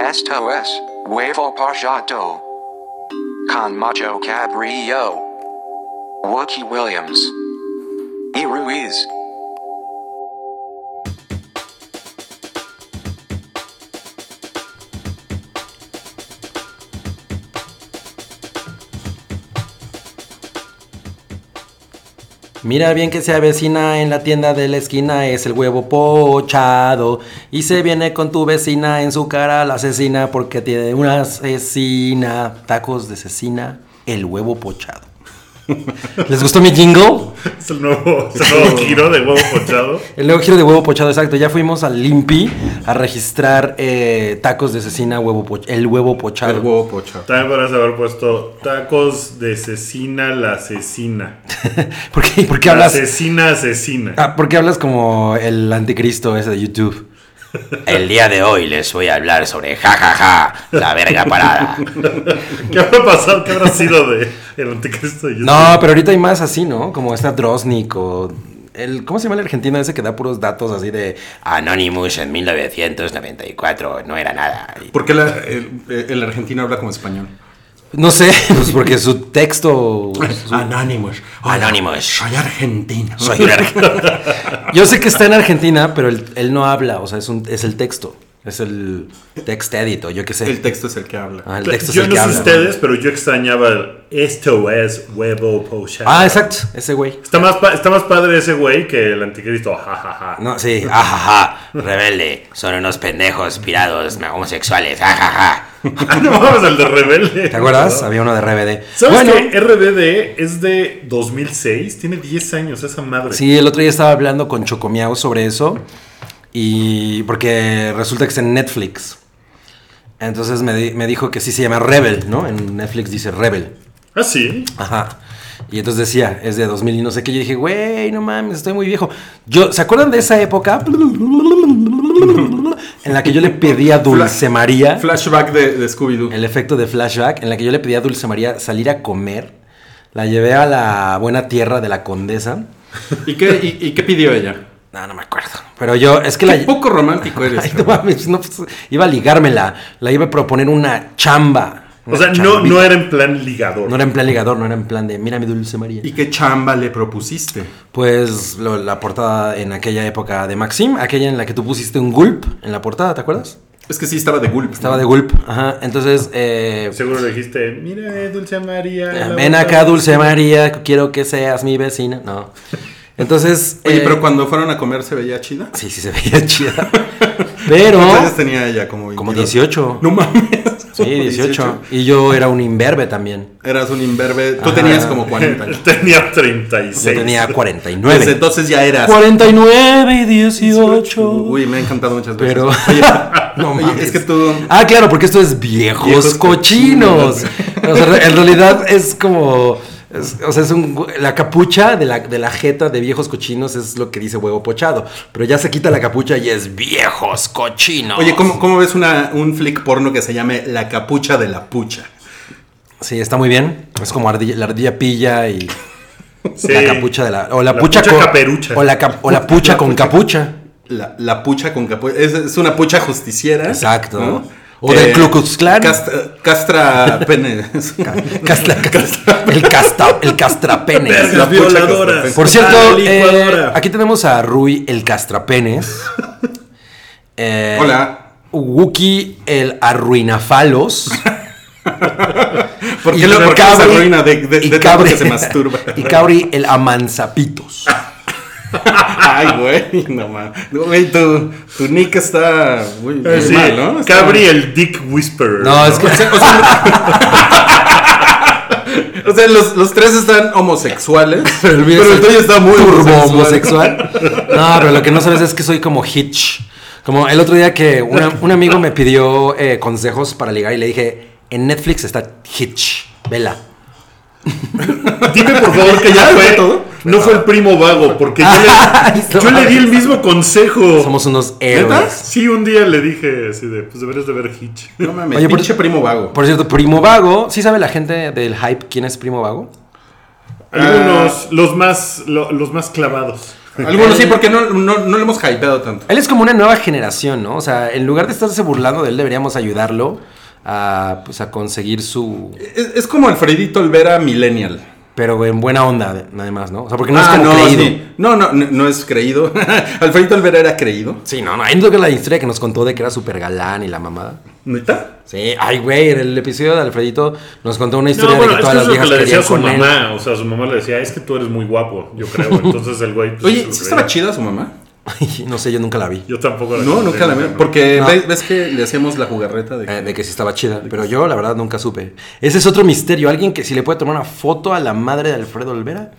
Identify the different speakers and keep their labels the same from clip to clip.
Speaker 1: Esto es Huevo Parchato. Con Macho Cabrillo. Wookie Williams. Y Ruiz.
Speaker 2: Mira bien que se avecina en la tienda de la esquina, es el huevo pochado. Y se viene con tu vecina en su cara la asesina porque tiene una asesina. Tacos de asesina, el huevo pochado. ¿Les gustó mi jingle?
Speaker 3: Es el nuevo, es el nuevo giro de huevo pochado.
Speaker 2: El nuevo giro de huevo pochado, exacto. Ya fuimos al Limpi a registrar eh, tacos de asesina, huevo poch- el huevo pochado.
Speaker 4: El huevo pochado.
Speaker 3: También podrás haber puesto tacos de asesina la asesina.
Speaker 2: ¿Por qué, por qué
Speaker 3: La
Speaker 2: hablas?
Speaker 3: Asesina asesina.
Speaker 2: Ah, ¿Por qué hablas como el anticristo ese de YouTube?
Speaker 5: El día de hoy les voy a hablar sobre jajaja, la verga parada.
Speaker 3: ¿Qué habrá pasado? ¿Qué habrá sido de el anticristo de YouTube?
Speaker 2: No, pero ahorita hay más así, ¿no? Como esta Drosnik o... El, ¿Cómo se llama el argentino ese que da puros datos así de...
Speaker 5: Anonymous en 1994 no era nada.
Speaker 4: ¿Por qué la- el, el argentino habla como español?
Speaker 2: No sé, pues porque su texto...
Speaker 4: Anonymous.
Speaker 5: Anonymous.
Speaker 4: Soy argentino.
Speaker 5: Soy un arg-
Speaker 2: Yo sé que está en Argentina, pero él, él no habla, o sea, es, un, es el texto. Es el text edit o yo qué sé.
Speaker 4: El texto es el que habla.
Speaker 2: Ah, el texto
Speaker 3: yo
Speaker 2: es el
Speaker 3: no
Speaker 2: que
Speaker 3: sé
Speaker 2: habla.
Speaker 3: ustedes, pero yo extrañaba el, esto es huevo pochado.
Speaker 2: Ah, exacto, ese güey.
Speaker 3: Está más, pa- está más padre ese güey que el anticristo. jajaja
Speaker 2: No, sí. Ah,
Speaker 5: Ajaja, rebelde, son unos pendejos pirados homosexuales. Ajaja.
Speaker 3: no vamos al de rebelde.
Speaker 2: ¿Te acuerdas? Había uno de RBD.
Speaker 3: ¿Sabes
Speaker 2: bueno,
Speaker 3: que RBD es de 2006? Tiene 10 años esa madre.
Speaker 2: Sí, el otro día estaba hablando con Chocomiao sobre eso. Y porque resulta que es en Netflix. Entonces me, di- me dijo que sí se llama Rebel, ¿no? En Netflix dice Rebel.
Speaker 3: Ah, sí.
Speaker 2: Ajá. Y entonces decía, es de 2000 y no sé qué. Yo dije, güey, no mames, estoy muy viejo. Yo, ¿Se acuerdan de esa época? En la que yo le pedí a Dulce María
Speaker 4: Flashback de, de Scooby-Doo.
Speaker 2: el efecto de flashback en la que yo le pedí a Dulce María salir a comer. La llevé a la buena tierra de la condesa.
Speaker 4: ¿Y qué, y, y qué pidió ella?
Speaker 2: No, no me acuerdo. Pero yo, es que
Speaker 4: Qué
Speaker 2: la...
Speaker 4: poco romántico eres.
Speaker 2: Ay, no
Speaker 4: cabrón.
Speaker 2: mames, no, pues, iba a ligármela. La iba a proponer una chamba.
Speaker 3: O sea, no, no era en plan ligador.
Speaker 2: No era en plan ligador, no era en plan de, mira mi dulce María.
Speaker 4: ¿Y qué chamba le propusiste?
Speaker 2: Pues lo- la portada en aquella época de Maxim, aquella en la que tú pusiste un gulp en la portada, ¿te acuerdas?
Speaker 4: Es que sí, estaba de gulp.
Speaker 2: Estaba de gulp, ajá. Entonces, eh,
Speaker 3: Seguro le dijiste, mira, eh, Dulce María. la
Speaker 2: ven
Speaker 3: boca
Speaker 2: acá,
Speaker 3: de-
Speaker 2: dulce María, quiero que seas mi vecina. No. Entonces...
Speaker 4: Oye,
Speaker 2: eh,
Speaker 4: pero cuando fueron a comer se veía chida.
Speaker 2: Sí, sí, se veía chida. Pero...
Speaker 4: ¿Cuántos años tenía ella? Como, 22.
Speaker 2: Como 18.
Speaker 4: No mames.
Speaker 2: Sí, 18. Y yo era un imberbe también.
Speaker 4: Eras un imberbe. Tú
Speaker 2: Ajá.
Speaker 4: tenías como 40 años.
Speaker 3: Tenía 36.
Speaker 2: Yo tenía 49.
Speaker 4: Desde entonces ya eras.
Speaker 2: 49 y 18.
Speaker 4: Uy, me ha encantado muchas veces.
Speaker 2: Pero.
Speaker 4: Oye, oye,
Speaker 2: mames.
Speaker 4: es que tú.
Speaker 2: Ah, claro, porque esto es viejos,
Speaker 4: Viejos
Speaker 2: cochinos.
Speaker 4: cochinos.
Speaker 2: O sea, re- en realidad es como. es- o sea, es un, gu- la capucha de la, de la jeta de viejos cochinos es lo que dice huevo pochado. Pero ya se quita la capucha y es viejos cochinos.
Speaker 4: Oye, ¿cómo, cómo ves una, un flick porno que se llame La capucha de la pucha?
Speaker 2: Sí, está muy bien. Es como ardilla- la ardilla pilla y.
Speaker 3: Sí.
Speaker 2: La capucha de la. O la,
Speaker 3: La
Speaker 2: pucha,
Speaker 3: pucha
Speaker 2: con-
Speaker 3: caperucha.
Speaker 2: O la, cap- o la pucha con capucha.
Speaker 4: La, la pucha con capucha. Es, es una pucha justiciera. Eh,
Speaker 2: Exacto. O del Ku Klux Klan.
Speaker 4: Castra, castra penes.
Speaker 2: Castra- el, casta, el castrapenes.
Speaker 3: Vergas
Speaker 4: La pucha
Speaker 3: violadoras.
Speaker 2: Por cierto,
Speaker 3: Ah,
Speaker 2: eh,
Speaker 3: licuadora.
Speaker 2: aquí tenemos a Rui el Castrapenes. Eh,
Speaker 4: Hola.
Speaker 2: Wookie el Arruinafalos.
Speaker 4: ¿Por
Speaker 2: y
Speaker 4: qué lo por qué se
Speaker 2: Cabri-
Speaker 4: arruina de, de,
Speaker 2: y
Speaker 4: de tanto
Speaker 2: Cabri-
Speaker 4: que se masturba?
Speaker 2: Y Cabri el Amanzapitos.
Speaker 4: Ay, güey, no mames. Güey, tu, tu nick está muy,
Speaker 2: Eh,
Speaker 4: muy
Speaker 3: Eh, Sí,
Speaker 4: mal, ¿no? Está-
Speaker 3: Cabri el Dick Whisperer.
Speaker 2: No, es que.
Speaker 4: O sea, los, los tres están homosexuales, pero el,
Speaker 2: mío es
Speaker 4: tuyo está muy
Speaker 2: turbo
Speaker 4: homosexual.
Speaker 2: homosexual. No, pero lo que no sabes es que soy como Hitch. Como el otro día que una- un amigo me pidió eh, consejos para ligar y le dije, en Netflix está Hitch, vela.
Speaker 3: Dime por favor que
Speaker 4: ¿Ya
Speaker 3: ya
Speaker 4: fue
Speaker 3: fue.
Speaker 4: todo?
Speaker 3: No fue el primo vago, porque yo le, yo le di el mismo consejo.
Speaker 2: Somos unos héroes.
Speaker 3: Sí, un día le dije así de, pues deberías de ver Hitch.
Speaker 4: No mames,
Speaker 2: Oye, por-
Speaker 4: pinche primo vago.
Speaker 2: Por cierto, Primo Vago, ¿sí sabe la gente del hype quién es Primo Vago?
Speaker 3: Algunos, los más, lo- los más clavados.
Speaker 2: Ah,
Speaker 4: Algunos sí, porque no, no, no lo hemos hypeado tanto.
Speaker 2: Él es como una nueva generación, ¿no? O sea, en lugar de estarse burlando de él, deberíamos ayudarlo a, pues, a conseguir su...
Speaker 4: Es, es como Alfredito Olvera Millennial.
Speaker 2: Pero en buena onda, además, ¿no? O sea, porque no
Speaker 4: Ah,
Speaker 2: es como creído.
Speaker 4: sí. no, no, no, no es creído. Alfredito Olvera era creído.
Speaker 2: Sí, no, no. Ahí no que la historia que nos contó de que era súper galán y la mamada.
Speaker 4: ¿Neta?
Speaker 2: Sí, ay, güey, en el episodio de Alfredito nos contó una historia
Speaker 3: No, bueno,
Speaker 2: de que
Speaker 3: es
Speaker 2: todas
Speaker 3: que es
Speaker 2: las
Speaker 3: lo que
Speaker 2: viejas
Speaker 3: le decía a
Speaker 2: querían
Speaker 3: su
Speaker 2: con él.
Speaker 3: mamá. O sea, su mamá le decía, es que tú eres muy guapo, yo creo. Entonces el güey. pues,
Speaker 4: Oye,
Speaker 3: se
Speaker 4: ¿sí estaba
Speaker 3: reía.
Speaker 4: chida su mamá?
Speaker 2: Ay, no sé, yo nunca la vi.
Speaker 3: Yo tampoco la
Speaker 4: No,
Speaker 3: conocí,
Speaker 4: nunca la vi.
Speaker 3: no.
Speaker 4: Porque
Speaker 2: No.
Speaker 4: ves, ves que le hacíamos la jugarreta de...
Speaker 2: Eh, de que sí estaba chida, pero yo la verdad nunca supe. Ese es otro misterio. Alguien que si le puede tomar una foto a la madre de Alfredo Olvera.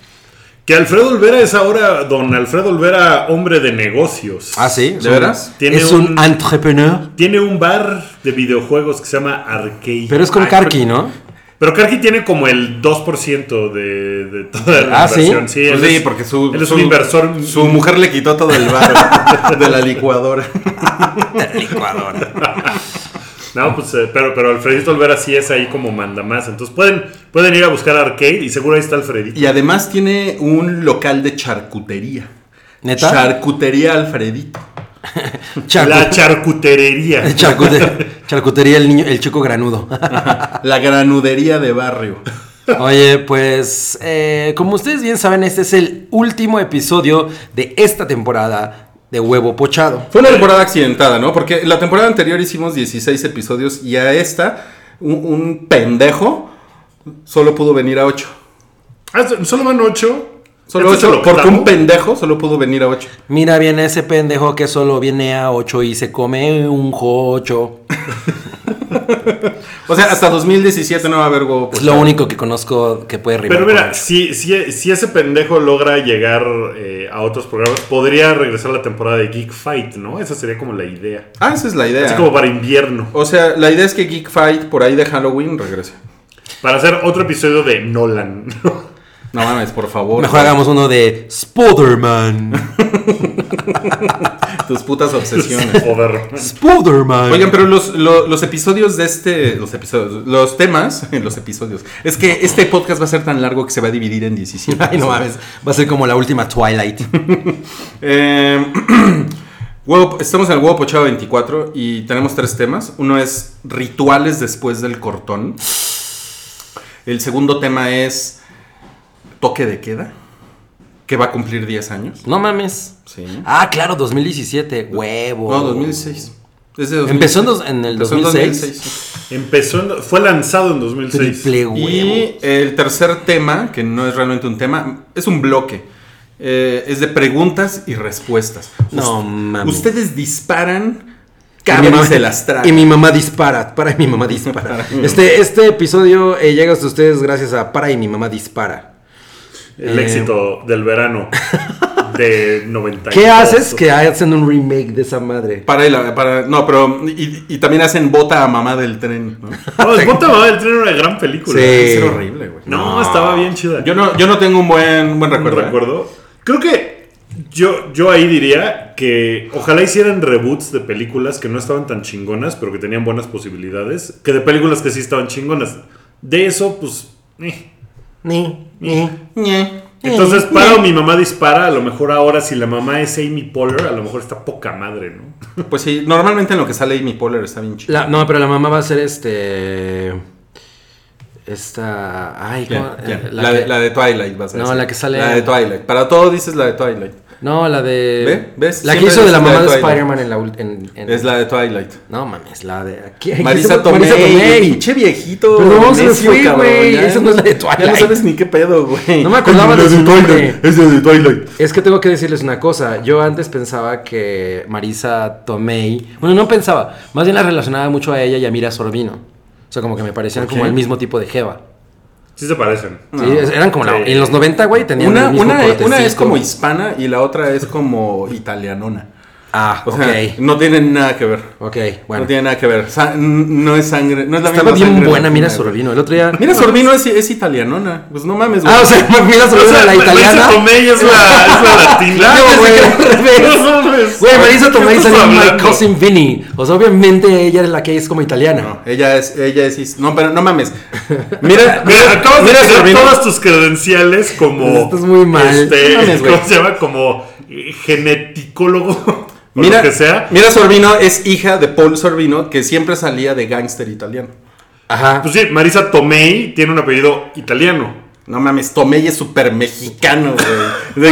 Speaker 3: Que Alfredo Olvera es ahora don Alfredo Olvera, hombre de negocios.
Speaker 2: Ah, sí,
Speaker 4: ¿De veras?
Speaker 3: Tiene
Speaker 2: es un,
Speaker 3: un-
Speaker 2: entrepreneur.
Speaker 3: Tiene un bar de videojuegos que se llama Arcade.
Speaker 2: Pero es con
Speaker 3: Ay,
Speaker 2: Karki, ¿no?
Speaker 3: Pero Karki tiene como el 2% de, de toda la
Speaker 2: Ah, ¿sí?
Speaker 3: inversión. Sí,
Speaker 4: Pues
Speaker 3: él
Speaker 4: sí,
Speaker 3: es-
Speaker 4: porque su,
Speaker 3: Él es
Speaker 4: su-
Speaker 3: un inversor.
Speaker 4: Su mujer le quitó todo el bar de la licuadora.
Speaker 2: Licuadora.
Speaker 3: No, pues, eh, pero, pero Alfredito Olvera sí es ahí como manda más. Entonces pueden, pueden ir a buscar Arcade y seguro ahí está Alfredito.
Speaker 4: Y además tiene un local de charcutería.
Speaker 2: ¿Neta?
Speaker 4: Charcutería Alfredito.
Speaker 2: Charcu-
Speaker 3: La charcuterería.
Speaker 2: charcute- charcutería el niño, el chico granudo.
Speaker 4: La granudería de barrio.
Speaker 2: Oye, pues eh, como ustedes bien saben, este es el último episodio de esta temporada de Huevo Pochado.
Speaker 4: Fue una temporada accidentada, ¿no? Porque la temporada anterior hicimos 16 episodios y a esta, un, un pendejo solo pudo venir a 8.
Speaker 3: Ah, solo van 8.
Speaker 4: Solo 8, porque un pendejo solo pudo venir a 8.
Speaker 2: Mira bien ese pendejo que solo viene a 8 y se come un jocho.
Speaker 4: O sea, hasta 2017 no va a haber huevo.
Speaker 2: Es
Speaker 4: pues, pochado.
Speaker 2: lo único que conozco que puede rival.
Speaker 3: Pero mira, si, si, si ese pendejo logra llegar eh, a otros programas, podría regresar la temporada de Geek Fight, ¿no? Esa sería como la idea.
Speaker 4: Ah, esa es la idea.
Speaker 3: Así como para invierno.
Speaker 4: O sea, la idea es que Geek Fight por ahí de Halloween regrese.
Speaker 3: Para hacer otro episodio de Nolan.
Speaker 4: No mames, por favor.
Speaker 2: Mejor hagamos uno de Spoderman.
Speaker 4: Tus putas obsesiones.
Speaker 3: Joder.
Speaker 2: Spoderman.
Speaker 4: Oigan, pero los, lo- los episodios de este. Los episodios. Los temas. Los episodios. Es que este podcast va a ser tan largo que se va a dividir en 17.
Speaker 2: Ay, no mames. Va a ser como la última Twilight.
Speaker 4: Eh, huevo- estamos en el huevo pochado 24 y tenemos tres temas. Uno es rituales después del cortón. El segundo tema es toque de queda, que va a cumplir 10 años.
Speaker 2: No mames.
Speaker 4: Sí.
Speaker 2: Ah, claro, 2017. Huevo.
Speaker 4: No, 2006. Es de
Speaker 2: Empezó en dos- en el
Speaker 4: Empezó en
Speaker 2: 2006.
Speaker 3: Empezó, en- fue lanzado en 2006.
Speaker 2: Triple huevo.
Speaker 4: Y el tercer tema, que no es realmente un tema, es un bloque. Eh, es de preguntas y respuestas.
Speaker 2: No
Speaker 4: Ust-
Speaker 2: mames.
Speaker 4: Ustedes disparan,
Speaker 2: Y mi mamá-
Speaker 4: cabrón se las traga.
Speaker 2: Y mi mamá dispara. Para y mi mamá dispara. este, este episodio eh, llega hasta ustedes gracias a Para y mi mamá dispara.
Speaker 3: El
Speaker 2: Eh.
Speaker 3: éxito del verano de 92.
Speaker 2: ¿Qué haces que hacen un remake de esa madre?
Speaker 4: Para, y la- para, no, pero. Y, y también hacen bota a mamá del tren. ¿no?
Speaker 2: Eh,
Speaker 3: No, es Bota Mamá del Tren era una gran película.
Speaker 2: Sí.
Speaker 4: Es horrible, güey.
Speaker 3: No, estaba bien chida.
Speaker 4: Yo no, yo no tengo un buen, buen
Speaker 3: no
Speaker 4: recuerdo. ¿eh?
Speaker 3: recuerdo. Creo que yo, yo ahí diría que ojalá hicieran reboots de películas que no estaban tan chingonas, pero que tenían buenas posibilidades, que de películas que sí estaban chingonas. De eso, pues. eh.
Speaker 2: Ni, ni.
Speaker 4: Ñe.
Speaker 3: Entonces, para o mi mamá dispara, a lo mejor ahora si la mamá es Amy Poehler, a lo mejor está poca madre, ¿no?
Speaker 4: Pues sí, normalmente en lo que sale Amy Poehler está bien chido.
Speaker 2: La- no, pero la mamá va a ser este. Esta. Ay, ¿cómo?
Speaker 4: Ya, ya.
Speaker 2: Eh,
Speaker 4: La,
Speaker 2: que-
Speaker 4: de, la de Twilight, vas a
Speaker 2: No,
Speaker 4: decir.
Speaker 2: la que sale-
Speaker 4: La de Twilight. Para todo dices la de Twilight.
Speaker 2: No, la de.
Speaker 4: ¿Ve? ¿Ves?
Speaker 2: La que
Speaker 4: Siempre
Speaker 2: hizo de
Speaker 4: es
Speaker 2: la
Speaker 4: la
Speaker 2: mamá
Speaker 4: de
Speaker 2: de
Speaker 4: Twilight.
Speaker 2: Spider-Man en la. ul- En, en-
Speaker 4: Es la de Twilight.
Speaker 2: No mames, la de. aquí- aquí
Speaker 4: Marisa
Speaker 2: se-
Speaker 4: Tomei.
Speaker 2: Marisa Tomei.
Speaker 4: Pinche viejito.
Speaker 2: Pero no, se me
Speaker 4: necio,
Speaker 2: fue,
Speaker 4: cabrón,
Speaker 2: güey.
Speaker 4: ya.
Speaker 2: Esa no es la de
Speaker 4: Ya no
Speaker 2: Twilight.
Speaker 4: sabes ni qué pedo, güey.
Speaker 2: No me acordaba de su nombre.
Speaker 4: Es la de Twilight.
Speaker 2: Es que tengo que decirles una cosa. Yo antes pensaba que Marisa Tomei. Bueno, no pensaba. Más bien la relacionaba mucho a ella y a Mira Sorbino. O sea, como que me parecían como el mismo tipo de Jeva.
Speaker 3: Sí se parecen.
Speaker 2: Sí, es- eran como la-
Speaker 3: Sí.
Speaker 2: en los 90, güey, tenían
Speaker 4: Ah. Una,
Speaker 2: el mismo
Speaker 4: una,
Speaker 2: cortecito.
Speaker 4: una es como hispana y la otra es como italianona.
Speaker 2: Ah,
Speaker 4: O
Speaker 2: ok.
Speaker 4: sea, no tienen nada que ver.
Speaker 2: Ok, bueno.
Speaker 4: No tiene nada que ver. Sa- n- no es sangre. No es la
Speaker 2: Estaba
Speaker 4: misma
Speaker 2: bien
Speaker 4: sangre
Speaker 2: buena
Speaker 4: latina,
Speaker 2: Mira
Speaker 4: güey.
Speaker 2: Sorbino. El otro día.
Speaker 4: Mira Sorbino es, es italianona. Pues no mames, güey.
Speaker 2: Ah, o sea, Mira
Speaker 3: O
Speaker 2: Sorbino
Speaker 3: sea,
Speaker 2: la
Speaker 3: Marisa
Speaker 2: italiana.
Speaker 3: Tomei es la, es la latina.
Speaker 2: Claro, güey.
Speaker 3: No mames.
Speaker 2: Güey, Marisa
Speaker 3: ¿Qué
Speaker 2: Tomei
Speaker 3: estás
Speaker 2: salió en My
Speaker 3: hablando?
Speaker 2: Cousin Vinny. O sea, obviamente ella es la que es como italiana.
Speaker 4: No, ella es, ella es, is- no, pero no mames. Mira,
Speaker 3: Mira, acabas de
Speaker 4: mira Pues
Speaker 3: tirar
Speaker 4: Sorbino.
Speaker 3: todas tus credenciales como.
Speaker 2: Estás muy mal.
Speaker 3: Este,
Speaker 4: No mames, güey.
Speaker 3: ¿Cómo se llama? Como eh, geneticólogo. o
Speaker 4: Mira,
Speaker 3: lo que sea.
Speaker 4: mira Sorbino es hija de Paul Sorbino, que siempre salía de gángster italiano.
Speaker 5: Ajá.
Speaker 3: Pues sí, Marisa Tomei tiene un apellido italiano.
Speaker 4: No mames, Tomei es súper mexicano, güey.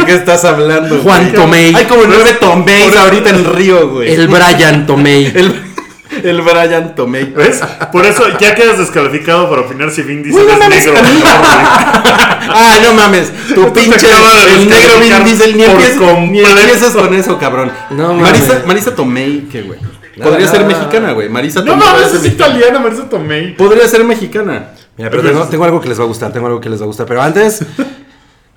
Speaker 4: ¿De qué estás hablando? güey?
Speaker 2: Juan Tomei.
Speaker 4: Hay como nueve Tomeis ahorita en el río, güey.
Speaker 2: El Brian Tomei.
Speaker 4: el, el Brian Tomei.
Speaker 3: ¿Ves? Por eso ya quedas descalificado para opinar si Vin Diesel
Speaker 4: Güey, no
Speaker 3: es
Speaker 4: mames,
Speaker 3: negro.
Speaker 4: a mí-
Speaker 3: ¿no?
Speaker 4: Ah, no mames. Tu
Speaker 3: te
Speaker 4: pinche.
Speaker 3: acaba de
Speaker 4: El negro Vin
Speaker 3: descalificar
Speaker 4: Diesel. Ni
Speaker 3: por
Speaker 4: empiezas, ni
Speaker 3: completo.
Speaker 4: empiezas con eso, cabrón.
Speaker 2: No
Speaker 4: Marisa,
Speaker 2: mames.
Speaker 4: Marisa Tomei, ¿qué, güey?
Speaker 2: Nada,
Speaker 4: Podría ser
Speaker 2: nada.
Speaker 4: mexicana, güey. Marisa
Speaker 3: No
Speaker 4: Tomei. podría
Speaker 3: mames,
Speaker 4: ser
Speaker 3: es
Speaker 4: mexicana.
Speaker 3: italiana Marisa Tomei.
Speaker 4: Podría ser mexicana.
Speaker 2: Mira, pero tengo, tengo algo que les va a gustar, tengo algo que les va a gustar. Pero antes,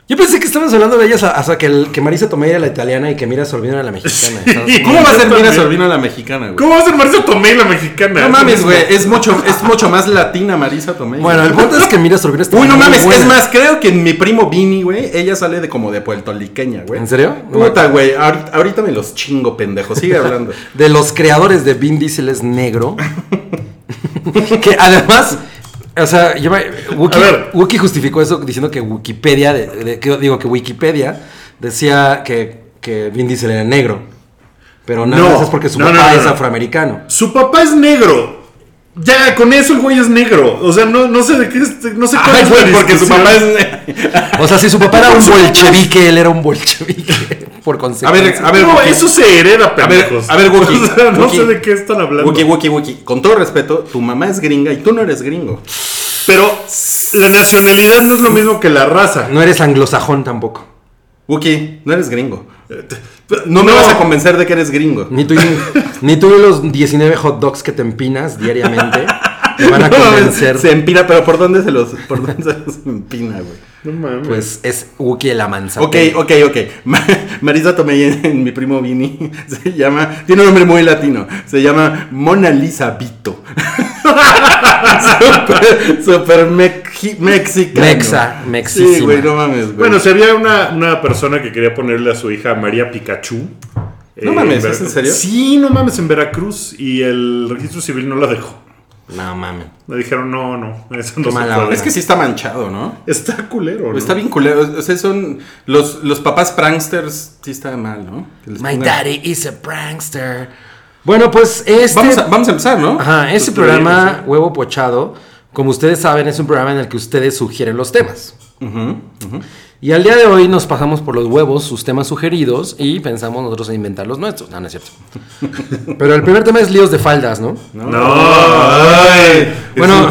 Speaker 2: yo pensé que estábamos hablando de ellas hasta que, el- que Marisa Tomei era la italiana y que Mira Sorbino era la mexicana. ¿sabes?
Speaker 4: ¿Cómo va a
Speaker 3: Yo
Speaker 4: ser Mira
Speaker 3: también.
Speaker 4: Sorbino la mexicana, güey?
Speaker 3: ¿Cómo va a ser Marisa Tomei la mexicana?
Speaker 4: No mames, güey. Es mucho, es mucho más latina Marisa Tomei.
Speaker 2: Bueno, el punto es que Mira Sorbino está
Speaker 4: Uy, no
Speaker 2: muy
Speaker 4: mames,
Speaker 2: buena.
Speaker 4: es más, creo que mi primo Vini, güey, ella sale de como de puertoliqueña, güey.
Speaker 2: ¿En serio?
Speaker 4: Puta, güey, ahorita, ahorita me los chingo, pendejo, sigue hablando.
Speaker 2: De los creadores de Vin Diesel es negro. que además, o sea, yo me- Wookie,
Speaker 3: A ver.
Speaker 2: Wookie justificó eso diciendo que Wikipedia, de- de- que- digo que Wikipedia decía que, que Vin Diesel era negro. Pero nada
Speaker 3: No,
Speaker 2: más es porque su
Speaker 3: no,
Speaker 2: papá
Speaker 3: no, no,
Speaker 2: es
Speaker 3: no.
Speaker 2: afroamericano.
Speaker 3: Su papá es negro. Ya, con eso el güey es negro. O sea, no, no sé de qué. es- No sé cuál
Speaker 4: Ay,
Speaker 3: es la
Speaker 4: güey, porque su
Speaker 3: discusión.
Speaker 4: papá es.
Speaker 2: O sea, si su papá era un
Speaker 3: Su papá es- eh,
Speaker 2: bolchevique, él era un bolchevique. Por consecuencia.
Speaker 4: A ver,
Speaker 3: no,
Speaker 4: Wookie.
Speaker 3: eso se hereda,
Speaker 4: A ver,
Speaker 3: pendejos.
Speaker 4: a ver, Wookie,
Speaker 3: O sea, no
Speaker 4: Wookie.
Speaker 3: sé de qué están hablando.
Speaker 4: Wookie, Wookie, Wookie. Con todo respeto, tu mamá es gringa y tú no eres gringo.
Speaker 3: Pero la nacionalidad no es lo mismo que la raza.
Speaker 2: No eres anglosajón tampoco.
Speaker 4: Wookie, no eres gringo. No me vas a convencer de que eres gringo.
Speaker 2: Ni tú, y- ni tú y los 19 hot dogs que te empinas diariamente te van a
Speaker 4: No mames,
Speaker 2: convencer.
Speaker 4: se empina, pero ¿por dónde se los, por dónde se los empina, güey?
Speaker 3: No mames.
Speaker 2: Pues es Wookie de la manzana.
Speaker 4: Ok, ok, ok. Ma- Marisa Tomei en, en mi primo Vini se llama, tiene un nombre muy latino, se llama Mona Lisa Vito. super super mexi- mexicano.
Speaker 2: Mexa,
Speaker 4: Sí,
Speaker 2: mexísima.
Speaker 4: güey, no mames, güey.
Speaker 3: bueno, si había una, una persona que quería ponerle a su hija María Pikachu.
Speaker 4: No mames,
Speaker 3: Ver-
Speaker 4: ¿es en serio?
Speaker 3: Sí, no mames, en Veracruz. Y el registro civil no la dejó.
Speaker 2: No mames.
Speaker 3: Le dijeron, no, no, eso no
Speaker 2: Qué
Speaker 3: se
Speaker 2: mala
Speaker 3: puede.
Speaker 2: onda.
Speaker 4: es que sí está manchado, ¿no?
Speaker 3: Está culero, ¿no?
Speaker 4: Está bien culero. O sea, son los, los papás pranksters, sí está mal, ¿no? Que les
Speaker 2: My
Speaker 4: pongan-
Speaker 2: daddy is a prankster. Bueno, pues este.
Speaker 4: Vamos a, vamos a empezar, ¿no?
Speaker 2: Ajá, este
Speaker 3: Pues
Speaker 2: programa,
Speaker 3: deberíamos,
Speaker 2: Huevo Pochado, como ustedes saben, es un programa en el que ustedes sugieren los temas. Y al día de hoy nos pasamos por los huevos sus temas sugeridos y pensamos nosotros en inventar los nuestros. No, no es cierto. Pero el primer tema es líos de faldas, ¿no?
Speaker 3: No. ay.
Speaker 2: Bueno,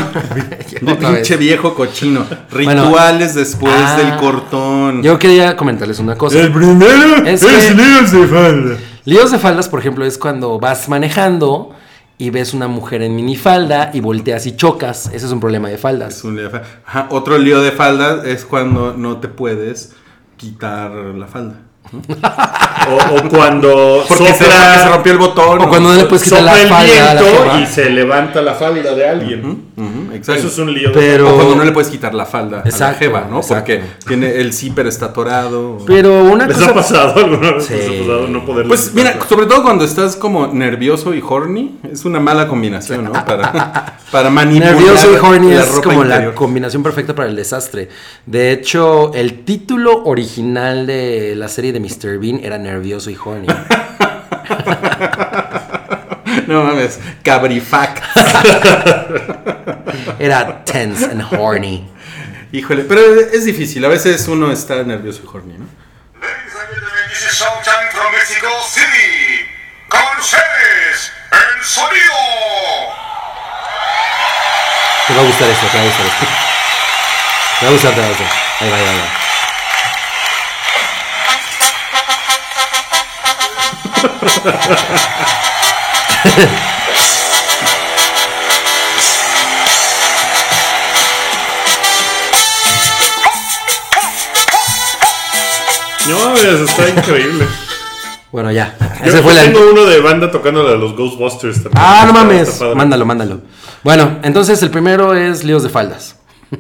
Speaker 4: De
Speaker 2: otra vez.
Speaker 4: pinche viejo cochino.
Speaker 2: Bueno.
Speaker 4: Rituales después
Speaker 2: Ah.
Speaker 4: del cortón.
Speaker 2: yo quería comentarles una cosa.
Speaker 3: El primero
Speaker 2: Es
Speaker 3: es,
Speaker 2: que-
Speaker 3: Líos de Falda.
Speaker 2: Líos de faldas, por ejemplo, es cuando vas manejando y ves una mujer en minifalda y volteas y chocas. Ese es un problema de
Speaker 4: Es
Speaker 2: faldas.
Speaker 4: un lío de fa- Ajá, otro lío de falda es cuando no te puedes quitar la falda.
Speaker 3: O, o cuando
Speaker 4: Porque se,
Speaker 3: sopla-
Speaker 4: se rompió el botón.
Speaker 2: O cuando no le puedes quitar Pues la
Speaker 3: sopla el
Speaker 2: falda a la
Speaker 3: viento
Speaker 2: chava.
Speaker 3: y se levanta la falda de alguien.
Speaker 4: Ujú, exacto.
Speaker 3: Eso es un lío. de
Speaker 2: Pero,
Speaker 4: O cuando no le puedes quitar la falda a la
Speaker 2: Exacto,
Speaker 4: jeva, ¿no?
Speaker 2: exacto.
Speaker 4: Porque tiene el zipper está atorado.
Speaker 2: pero una
Speaker 3: ¿Les
Speaker 2: cosa.
Speaker 3: ha pasado alguna vez?
Speaker 2: Sí.
Speaker 3: ¿Les ha pasado no poder
Speaker 4: Pues mira, sobre todo cuando estás como nervioso y horny, es una mala combinación, ¿no? Para, para manipular
Speaker 2: Nervioso y horny
Speaker 4: la
Speaker 2: es
Speaker 4: ropa
Speaker 2: como la
Speaker 4: interior.
Speaker 2: combinación perfecta para el desastre. De hecho, el título original de la serie de Mr. Bean era Nervioso y Horny.
Speaker 4: No mames, cabrifac.
Speaker 2: Era Tense and Horny.
Speaker 4: Híjole, pero es difícil. A veces uno está nervioso y horny, ¿no?
Speaker 6: Ladies and gentlemen, this is Showtime from Mexico City. Con ustedes, el sonido.
Speaker 2: Te va a gustar esto, te va a gustar esto. Te va a gustar, te va a gustar. Ahí va, ahí va, ahí va.
Speaker 3: No, eso está increíble.
Speaker 2: Bueno, ya.
Speaker 3: Yo,
Speaker 2: Ese fue
Speaker 3: yo
Speaker 2: el.
Speaker 3: tengo uno de banda tocando la de los Ghostbusters también.
Speaker 2: Ah, no
Speaker 3: Está-
Speaker 2: mames.
Speaker 3: está padre.
Speaker 2: Mándalo, mándalo. Bueno, entonces el primero es líos de faldas.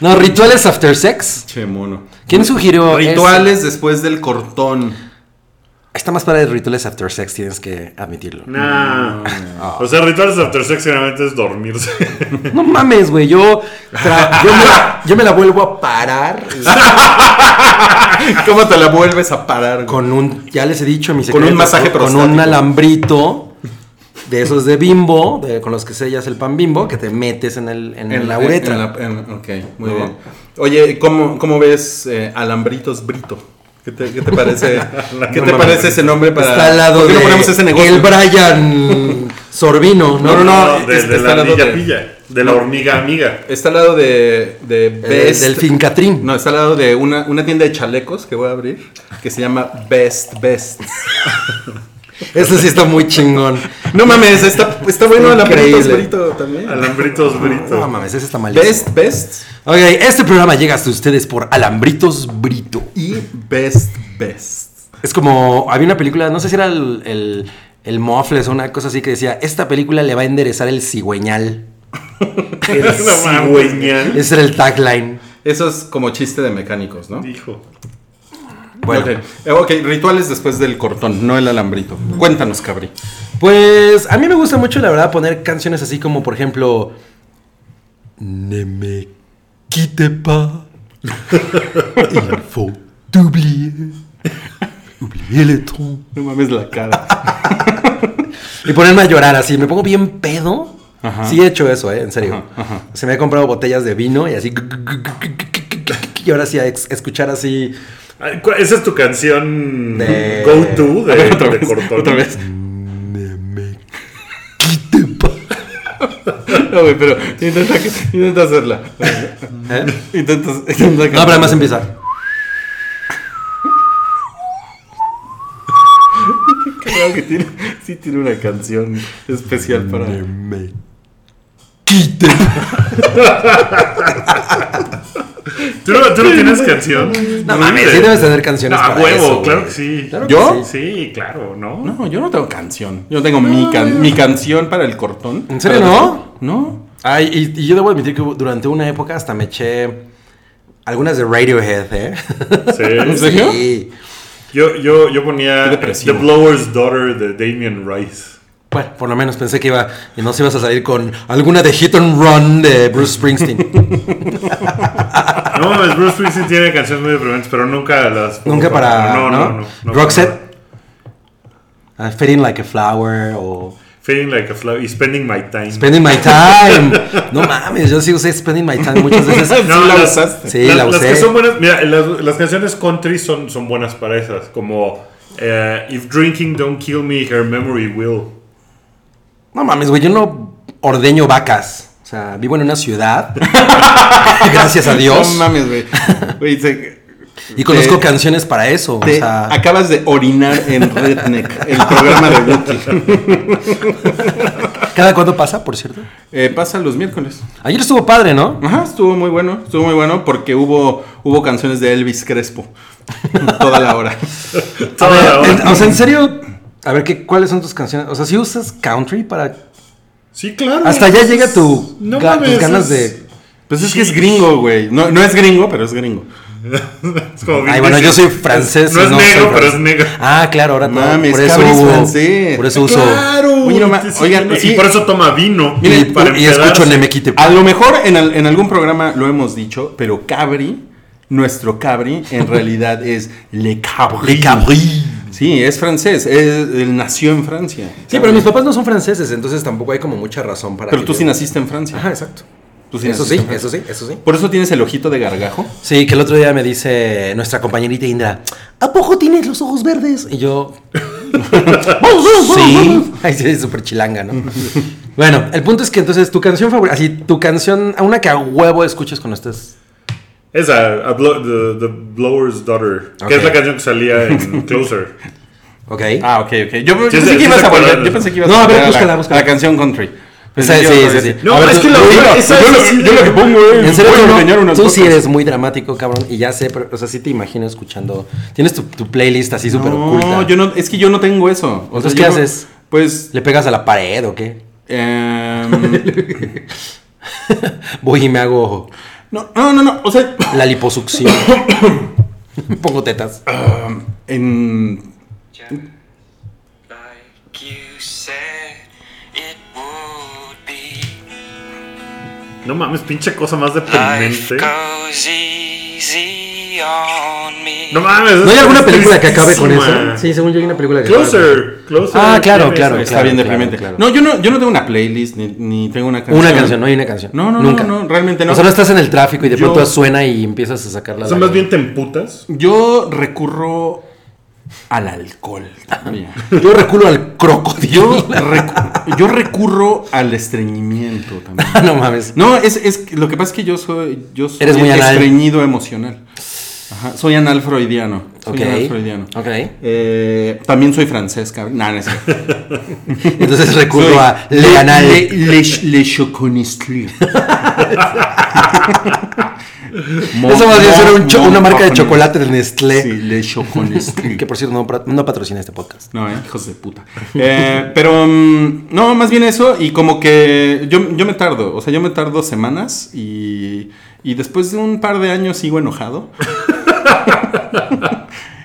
Speaker 2: no, rituales after sex.
Speaker 4: Che mono.
Speaker 2: ¿Quién sugirió
Speaker 4: Rituales después del cortón.
Speaker 2: ese? Está más para de rituales after sex, tienes que admitirlo. No,
Speaker 3: Nah. Ah.
Speaker 2: Ah.
Speaker 3: O sea, rituales after sex generalmente es dormirse.
Speaker 2: mames, güey. Yo, tra- yo, me la, yo me la vuelvo a parar
Speaker 4: ¿Cómo te la vuelves a parar? güey?
Speaker 2: con un, ya les he dicho, mi
Speaker 4: Con un masaje
Speaker 2: con un
Speaker 4: prostático.
Speaker 2: alambrito de esos de bimbo, de- con los que sellas el pan bimbo, que te metes en, el, en, la uretra.
Speaker 4: en la- en- ok, muy bien. Oye, ¿cómo, cómo ves eh, Alambritos Brito? ¿Qué te, qué te parece, ¿qué
Speaker 3: No
Speaker 4: te
Speaker 3: mames.
Speaker 4: parece ese nombre para.?
Speaker 2: Está al lado
Speaker 4: ¿Por qué
Speaker 2: de
Speaker 4: no ponemos ese negocio?
Speaker 2: el Brian Sorbino, ¿no?
Speaker 4: No, no, no.
Speaker 3: de,
Speaker 4: este
Speaker 3: de
Speaker 4: está
Speaker 3: la
Speaker 4: al lado
Speaker 3: ardilla
Speaker 4: de-
Speaker 3: pilla. De la hormiga amiga.
Speaker 4: Está al lado de. de
Speaker 2: El del- del Fincatrín.
Speaker 4: No, está al lado de una, una tienda de chalecos que voy a abrir que se llama Best Best.
Speaker 2: Ese sí está muy chingón.
Speaker 4: No mames, está, está bueno
Speaker 2: Increíble.
Speaker 4: Alambritos Brito también.
Speaker 3: Alambritos
Speaker 2: No
Speaker 3: brito.
Speaker 2: mames, ese está malísimo.
Speaker 4: Best Best
Speaker 2: Ok, este programa llega hasta ustedes por Alambritos Brito.
Speaker 4: y Best Best.
Speaker 2: Es como, había una película, no sé si era el, el, el Mofles o una cosa así que decía, esta película le va a enderezar el cigüeñal.
Speaker 3: El cigüeñal.
Speaker 2: Ese era el tagline.
Speaker 4: Eso es como chiste de mecánicos, ¿no?
Speaker 3: Dijo.
Speaker 2: Bueno,
Speaker 4: Ok. Eh, ok, rituales después del cortón, no el alambrito. Cuéntanos, Cabri.
Speaker 2: pues a mí me gusta mucho, la verdad, poner canciones así como, por ejemplo, Ne me quitte pas, il faut t'oublier, oublier le temps.
Speaker 4: No mames la cara.
Speaker 2: Y ponerme a llorar así, me pongo bien pedo. Sí he hecho eso, eh, en serio. Se me ha comprado botellas de vino y así. Y ahora sí a ex- escuchar así.
Speaker 3: Ay, ¿cuál- Esa es tu canción
Speaker 2: De-
Speaker 3: go to de,
Speaker 4: A ver, otra
Speaker 3: de
Speaker 4: vez,
Speaker 3: Cortón.
Speaker 4: otra vez.
Speaker 2: "Ne me quite pa-".
Speaker 4: No, güey, pero intenta, intenta hacerla.
Speaker 2: ¿Eh?
Speaker 4: Intenta, intenta
Speaker 2: No, pero además empieza.
Speaker 4: Creo que tiene, sí tiene una canción especial para...
Speaker 2: "Ne me quite pa-".
Speaker 3: ¿Tú no, tú no tienes canción?
Speaker 2: No mames, sí debes tener canciones.
Speaker 3: No, a
Speaker 2: para
Speaker 3: "Ah, huevo,
Speaker 2: eso, güey.
Speaker 3: claro que sí.
Speaker 2: Claro que
Speaker 4: ¿Yo?
Speaker 2: sí.
Speaker 3: Sí, claro, ¿no?
Speaker 4: No, yo no tengo canción. Yo tengo mi, can- mi canción para el cortón.
Speaker 2: ¿En serio,
Speaker 4: Para-
Speaker 2: no?
Speaker 4: No.
Speaker 2: Ay, y, y yo debo admitir que hubo- durante una época hasta me eché algunas de Radiohead, ¿eh?
Speaker 4: ¿En
Speaker 3: Sí.
Speaker 4: serio?
Speaker 2: Sí.
Speaker 3: Yo, yo, yo ponía
Speaker 4: Qué
Speaker 3: The
Speaker 4: depresivo.
Speaker 3: Blower's Daughter de Damien Rice.
Speaker 2: Bueno, por lo menos pensé que iba y no se ibas a salir con alguna de Hit and Run de Bruce Springsteen.
Speaker 3: No mames, Bruce Springsteen tiene canciones muy deprimentes, pero nunca las. pongo
Speaker 2: Nunca para.
Speaker 3: No,
Speaker 2: ¿no?
Speaker 3: no, no. no
Speaker 2: Roxette. Ah, Fading Like a Flower o
Speaker 3: Feeling like a flower y Spending My Time.
Speaker 2: Spending My Time. no mames, yo sí usé Spending My Time muchas veces.
Speaker 3: No,
Speaker 4: Sí la
Speaker 3: las-
Speaker 4: usaste.
Speaker 2: Sí,
Speaker 3: las-
Speaker 2: la
Speaker 3: Las
Speaker 2: usé.
Speaker 3: que son buenas, mira, las, las canciones country son, son buenas para esas, como eh, If Drinking Don't Kill Me, Her Memory Will.
Speaker 2: No mames, güey, yo no ordeño vacas. O sea, vivo en una ciudad. gracias a Dios.
Speaker 4: No mames, güey. Güey, se-
Speaker 2: y conozco
Speaker 4: te-
Speaker 2: canciones para eso.
Speaker 4: te
Speaker 2: o sea,
Speaker 4: acabas de orinar en Redneck, el programa de Wookiee.
Speaker 2: ¿cada cuándo pasa, por cierto?
Speaker 4: Eh, pasa los miércoles.
Speaker 2: Ayer estuvo padre, ¿no?
Speaker 4: Ajá, estuvo muy bueno, estuvo muy bueno porque hubo, hubo canciones de Elvis Crespo toda la hora.
Speaker 2: A
Speaker 3: Toda la
Speaker 2: ver, en-
Speaker 3: hora.
Speaker 2: o sea, en serio, a ver, ¿qué, ¿cuáles son tus canciones? O sea, si usas country para...
Speaker 3: Sí, claro.
Speaker 2: Hasta allá llega tu,
Speaker 3: No
Speaker 2: ga-
Speaker 3: mames,
Speaker 2: tus ganas
Speaker 3: es-
Speaker 2: de...
Speaker 4: Pues es que es gringo, güey. No, no es gringo, pero es gringo.
Speaker 3: Es como
Speaker 2: Ay,
Speaker 3: Vin
Speaker 2: bueno,
Speaker 3: Diesel.
Speaker 2: yo soy francés.
Speaker 3: No
Speaker 2: y
Speaker 3: es
Speaker 2: soy
Speaker 3: negro, pero
Speaker 2: francés.
Speaker 3: es negro.
Speaker 2: Ah, claro, ahora todo-
Speaker 4: Mames,
Speaker 2: por eso
Speaker 4: cabrón, es
Speaker 2: hubo-
Speaker 4: francés.
Speaker 2: Por eso uso.
Speaker 4: Oye, no ma-
Speaker 3: Sí, sí,
Speaker 4: oigan,
Speaker 3: y
Speaker 4: sí.
Speaker 3: por eso toma vino.
Speaker 2: Y,
Speaker 3: para Ah,
Speaker 2: y escucho
Speaker 3: empedarse.
Speaker 2: Nemequite.
Speaker 4: A lo mejor en, al- en algún programa lo hemos dicho, pero Cabri, nuestro Cabri, en realidad es Le Cabri. Sí, es francés. es- él nació en Francia.
Speaker 2: Sí, pero mis papás no son franceses, entonces tampoco hay como mucha razón para.
Speaker 4: Pero
Speaker 2: que
Speaker 4: tú
Speaker 2: yo-
Speaker 4: sí naciste en Francia.
Speaker 2: Ajá, exacto.
Speaker 4: Tú
Speaker 2: Eso
Speaker 4: naciste
Speaker 2: sí,
Speaker 4: en
Speaker 2: eso
Speaker 4: Francia.
Speaker 2: sí, eso sí.
Speaker 4: Por eso tienes el ojito de gargajo.
Speaker 2: Sí, que el otro día me dice nuestra compañerita Indra, ¿a poco tienes los ojos verdes? Y yo. sí. Ay, sí, es súper chilanga, ¿no? bueno, el punto es que entonces tu canción favorita, así, tu canción, a una que a huevo escuches cuando estés.
Speaker 3: Esa, a Blow- the, the Blower's Daughter,
Speaker 2: Ok.
Speaker 3: que es la canción que salía en Closer.
Speaker 2: Ok.
Speaker 4: Ah, ok, ok. Yo
Speaker 3: Sí,
Speaker 4: pensé
Speaker 3: sí,
Speaker 4: que ibas
Speaker 3: sí,
Speaker 4: a volver.
Speaker 3: acuerdas.
Speaker 4: Yo pensé que ibas
Speaker 2: No,
Speaker 4: a
Speaker 2: a ver,
Speaker 4: volver la-
Speaker 2: búscala,
Speaker 4: a
Speaker 2: búscala.
Speaker 4: la canción country.
Speaker 2: Sí,
Speaker 4: Pensé que
Speaker 2: sí,
Speaker 4: ibas a
Speaker 2: sí,
Speaker 4: decir,
Speaker 2: sí.
Speaker 3: No,
Speaker 4: a ver,
Speaker 3: es
Speaker 4: tú-
Speaker 3: que la
Speaker 4: yo
Speaker 3: otra-
Speaker 4: lo-
Speaker 3: esa
Speaker 4: yo
Speaker 3: es-
Speaker 4: lo- Yo lo que pongo
Speaker 2: En
Speaker 4: es.
Speaker 2: serio,
Speaker 4: voy a
Speaker 2: tú, no-
Speaker 4: ordeñar unas
Speaker 2: tú sí
Speaker 4: vacas.
Speaker 2: eres muy dramático, cabrón. Y ya sé, pero, o sea, sí te imagino escuchando. Tienes tu, tu playlist así súper
Speaker 4: No,
Speaker 2: oculta.
Speaker 4: yo no, es que yo no tengo eso. O
Speaker 2: Entonces,
Speaker 4: yo
Speaker 2: ¿qué
Speaker 4: no-
Speaker 2: haces?
Speaker 4: Pues.
Speaker 2: ¿Le pegas a la pared o qué?
Speaker 4: em,
Speaker 2: Voy y me hago
Speaker 4: no, no, no, no. O sea,
Speaker 2: la liposucción. Pongo tetas.
Speaker 4: en.
Speaker 7: Like you said it would be.
Speaker 3: No mames, pinche cosa más deprimente.
Speaker 7: Life goes easy on me.
Speaker 3: No mames.
Speaker 2: ¿No hay
Speaker 3: es
Speaker 2: alguna película que acabe con
Speaker 3: tristísima.
Speaker 2: eso? Sí, según yo hay una película que acabe con eso.
Speaker 3: Closer, Closer.
Speaker 2: Ah, claro,
Speaker 3: tiene
Speaker 2: claro.
Speaker 3: eso.
Speaker 4: Está bien deprimente.
Speaker 2: claro, claro.
Speaker 4: No, yo no, yo no tengo una playlist ni, ni tengo una canción.
Speaker 2: Una canción, no hay una canción.
Speaker 4: No, no, no,
Speaker 2: Nunca.
Speaker 4: no, realmente no.
Speaker 2: O sea, no estás en el tráfico y de
Speaker 3: Yo-
Speaker 2: pronto suena y empiezas a sacar la.
Speaker 3: O sea, más
Speaker 2: lágrima.
Speaker 3: bien te emputas.
Speaker 4: Yo recurro al alcohol. también.
Speaker 2: Yo reculo al crocodilo.
Speaker 4: Yo, recu- yo recurro al estreñimiento también.
Speaker 2: no mames.
Speaker 4: No, es, es lo que pasa es que yo soy, yo soy
Speaker 2: Eres muy anal.
Speaker 4: estreñido emocional. Ajá, soy anal freudiano. Soy
Speaker 2: Ok.
Speaker 4: anal freudiano.
Speaker 2: Ok.
Speaker 4: Eh, también soy francés, cabrón. Nah, no es cierto.
Speaker 2: Entonces recurro
Speaker 4: Soy
Speaker 2: a
Speaker 4: le-
Speaker 2: le ganar.
Speaker 4: Le, le, le choconistle. Mon-
Speaker 2: Eso más bien
Speaker 4: mon-
Speaker 2: era un cho-
Speaker 4: mon-
Speaker 2: una marca de
Speaker 4: mon-
Speaker 2: chocolate de Nestlé.
Speaker 4: Sí, le choconistle.
Speaker 2: Que por cierto, no, pra- no patrocina este podcast.
Speaker 4: No, eh, hijos de puta. Eh, pero mm, no, más bien eso. Y como que yo, yo me tardo. O sea, yo me tardo semanas y, y después de un par de años sigo enojado.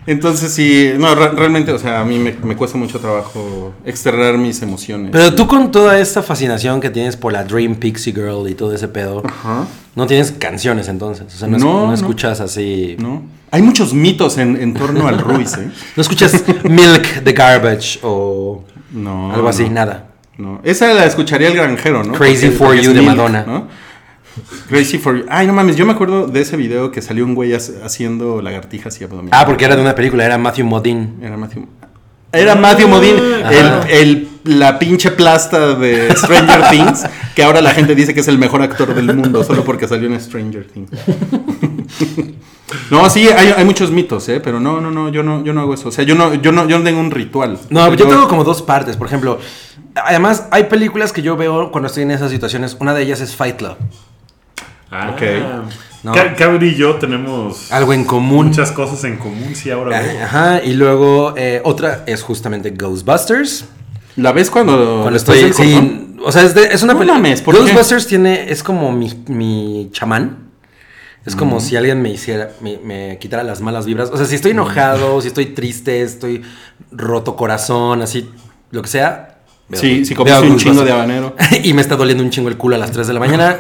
Speaker 4: Entonces sí, no, re- realmente, o sea, a mí me, me cuesta mucho trabajo externar mis emociones.
Speaker 2: Pero tú con toda esta fascinación que tienes por la Dream Pixie Girl y todo ese pedo,
Speaker 4: Ajá.
Speaker 2: no tienes canciones entonces. O sea, no, es-
Speaker 4: No,
Speaker 2: no
Speaker 4: no.
Speaker 2: escuchas así. No,
Speaker 4: ¿No? Hay muchos mitos en, en torno al Ruiz, ¿eh?
Speaker 2: escuchas Milk the Garbage o
Speaker 4: No.
Speaker 2: algo así,
Speaker 4: no,
Speaker 2: nada.
Speaker 4: no. Esa la escucharía el granjero, ¿no?
Speaker 2: Crazy for
Speaker 4: es
Speaker 2: You de
Speaker 4: Milk,
Speaker 2: Madonna.
Speaker 4: ¿no? Crazy for You. Ay, no mames, yo me acuerdo de ese video que salió un güey hac- haciendo lagartijas y abdominales.
Speaker 2: Ah, porque era de una película, era Matthew Modine.
Speaker 4: Era Matthew. Era Matthew Modine,
Speaker 2: Ajá.
Speaker 4: el, el- la pinche plasta de Stranger Things, que ahora la gente dice que es el mejor actor del mundo, solo porque salió en Stranger Things. No, sí, hay, hay muchos mitos, ¿eh? Pero no, no, no, yo no, yo no hago eso. O sea, yo no, yo no, yo no tengo un ritual.
Speaker 2: No, yo tengo como dos partes. Por ejemplo, además hay películas que yo veo cuando estoy en esas situaciones. Una de ellas es Fight Club.
Speaker 3: Ah,
Speaker 4: Ok.
Speaker 2: No.
Speaker 3: Ca- Cabri y yo tenemos
Speaker 2: Algo en común.
Speaker 3: muchas cosas en común, sí, ahora
Speaker 2: Ah.
Speaker 3: veo.
Speaker 2: Ajá, y luego eh, otra es justamente Ghostbusters.
Speaker 4: ¿La ves cuando,
Speaker 2: Cuando
Speaker 4: después
Speaker 2: estoy.
Speaker 4: del cordón?
Speaker 2: Sí, o sea, es, de- es una
Speaker 4: No
Speaker 2: película.
Speaker 4: mames, ¿por qué?
Speaker 2: Ghostbusters tiene. Es como mi, mi chamán. Es como si alguien me hiciera. Me, me quitara las malas vibras. O sea, si estoy enojado, si estoy triste, estoy roto corazón, así, lo que sea. veo-
Speaker 4: Sí, si
Speaker 2: veo
Speaker 4: comiste un
Speaker 2: Ghostbusters.
Speaker 4: chingo de habanero.
Speaker 2: y me está doliendo un chingo el culo a las 3 de la mañana.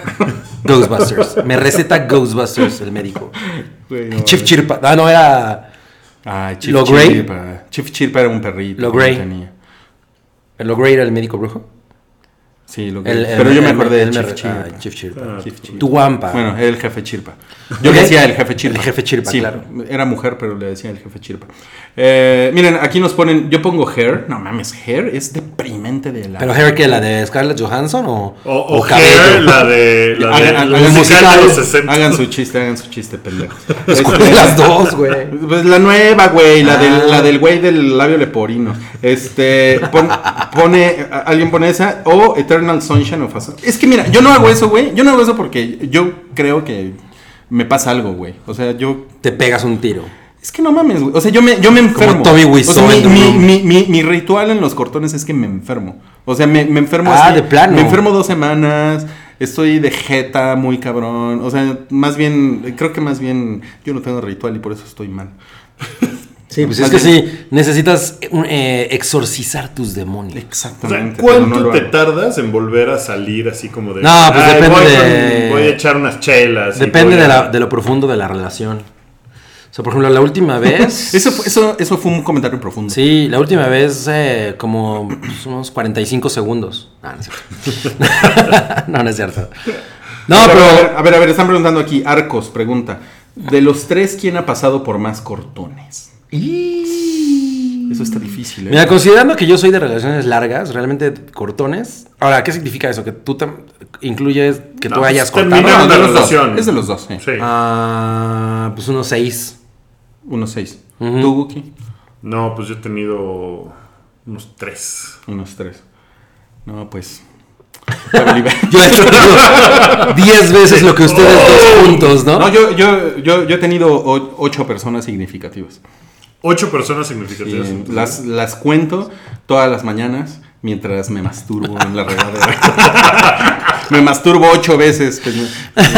Speaker 2: Ghostbusters. Me receta Ghostbusters el médico. Chip Chirpa. Ah, no, era.
Speaker 4: Ah, Chif
Speaker 2: Lo Grey.
Speaker 4: Chirpa. Chif Chirpa era un perrito.
Speaker 2: Lo
Speaker 4: que
Speaker 2: Grey.
Speaker 4: tenía.
Speaker 2: Lo Grey era el médico brujo.
Speaker 4: Sí, lo Grey.
Speaker 2: El- el-
Speaker 4: Pero yo me
Speaker 2: el-
Speaker 4: acordé
Speaker 2: el-
Speaker 4: de Chif
Speaker 2: el-
Speaker 4: Chirpa.
Speaker 2: ah, Chip Chirpa.
Speaker 3: Ah,
Speaker 4: Chif Chirpa.
Speaker 2: Tu guampa.
Speaker 4: Bueno, era el jefe Chirpa. Yo
Speaker 2: Ok.
Speaker 4: le decía el jefe Chirpa.
Speaker 2: El jefe Chirpa,
Speaker 4: Sí,
Speaker 2: claro.
Speaker 4: Era mujer, pero le decía el jefe Chirpa. Eh, miren, aquí nos ponen. Yo pongo hair. No mames, hair es deprimente de la.
Speaker 2: ¿Pero Hair que la de Scarlett Johansson o,
Speaker 3: O, o
Speaker 2: cabello?
Speaker 3: Hair, la de la, de,
Speaker 4: Hagan-
Speaker 3: la
Speaker 4: hagan-
Speaker 3: musical de los
Speaker 4: hagan-
Speaker 3: 60.
Speaker 4: Hagan su chiste, hagan su chiste, pendejo. Este,
Speaker 2: ¿Cuál de las dos, güey?
Speaker 4: Pues la nueva, güey, la,
Speaker 2: Ah.
Speaker 4: del, la del güey del labio leporino. Este, pon- pone, a- alguien pone esa, o Eternal Sunshine of a Sun- Es que mira, yo no hago eso, güey. Yo no hago eso porque yo creo que me pasa algo, güey. O sea, yo...
Speaker 2: Te pegas un tiro.
Speaker 4: Es que no mames, güey. O sea, yo me, yo me enfermo.
Speaker 2: Tommy
Speaker 4: o
Speaker 2: Wiseau
Speaker 4: sea, mi,
Speaker 2: en The
Speaker 4: mi-
Speaker 2: Room.
Speaker 4: mi- mi- mi ritual en los cortones es que me enfermo. O sea, me, me enfermo
Speaker 2: Ah,
Speaker 4: así.
Speaker 2: de plano.
Speaker 4: Me enfermo dos semanas. Estoy de jeta, muy cabrón. O sea, más bien, creo que más bien yo no tengo ritual y por eso estoy mal.
Speaker 2: Sí, pues es
Speaker 4: Más
Speaker 2: que
Speaker 4: bien.
Speaker 2: sí, necesitas eh, exorcizar tus demonios.
Speaker 3: O sea,
Speaker 4: Exactamente. pero
Speaker 3: ¿Cuánto
Speaker 4: no lo
Speaker 3: te
Speaker 4: hago.
Speaker 3: tardas en volver a salir así como de...
Speaker 2: No, pues
Speaker 3: "Ay,
Speaker 2: depende
Speaker 3: voy,
Speaker 2: de-
Speaker 3: con- voy a echar unas chelas. y
Speaker 2: Depende de,
Speaker 3: voy a-
Speaker 2: la- de lo profundo de la relación. O sea, por ejemplo, la última vez...
Speaker 4: Eso, fue- eso, eso fue un comentario profundo.
Speaker 2: Sí, la última vez eh, como pues, unos 45 segundos. Ah, No, no es cierto. no, no es cierto. No,
Speaker 4: a ver,
Speaker 2: pero...
Speaker 4: a ver, a ver, a ver, están preguntando aquí. Arcos pregunta: De los tres, ¿quién ha pasado por más cortones? Eso está difícil, ¿eh?
Speaker 2: Mira, considerando que yo soy de relaciones largas, realmente cortones. Ahora, ¿qué significa eso? Que tú tam- incluyes que
Speaker 3: No,
Speaker 2: tú
Speaker 3: pues,
Speaker 2: hayas cortado.
Speaker 3: termina
Speaker 4: No, no,
Speaker 3: una
Speaker 4: de los dos.
Speaker 3: relación.
Speaker 4: Es de los dos, sí.
Speaker 3: Sí.
Speaker 2: Ah, pues unos seis.
Speaker 4: Unos seis. ¿Tú, Wookie?
Speaker 3: No, pues yo he tenido unos tres.
Speaker 4: Unos tres. No, pues. la Bolivia-
Speaker 2: Yo he tenido diez veces lo que ustedes
Speaker 3: Oh.
Speaker 2: dos juntos, ¿no?
Speaker 4: No, yo, yo, yo, yo he tenido o- ocho personas significativas.
Speaker 3: Ocho personas
Speaker 4: Y eh,
Speaker 3: significativas.
Speaker 4: las, las cuento todas las mañanas mientras me masturbo en la regadera. me masturbo ocho veces pen-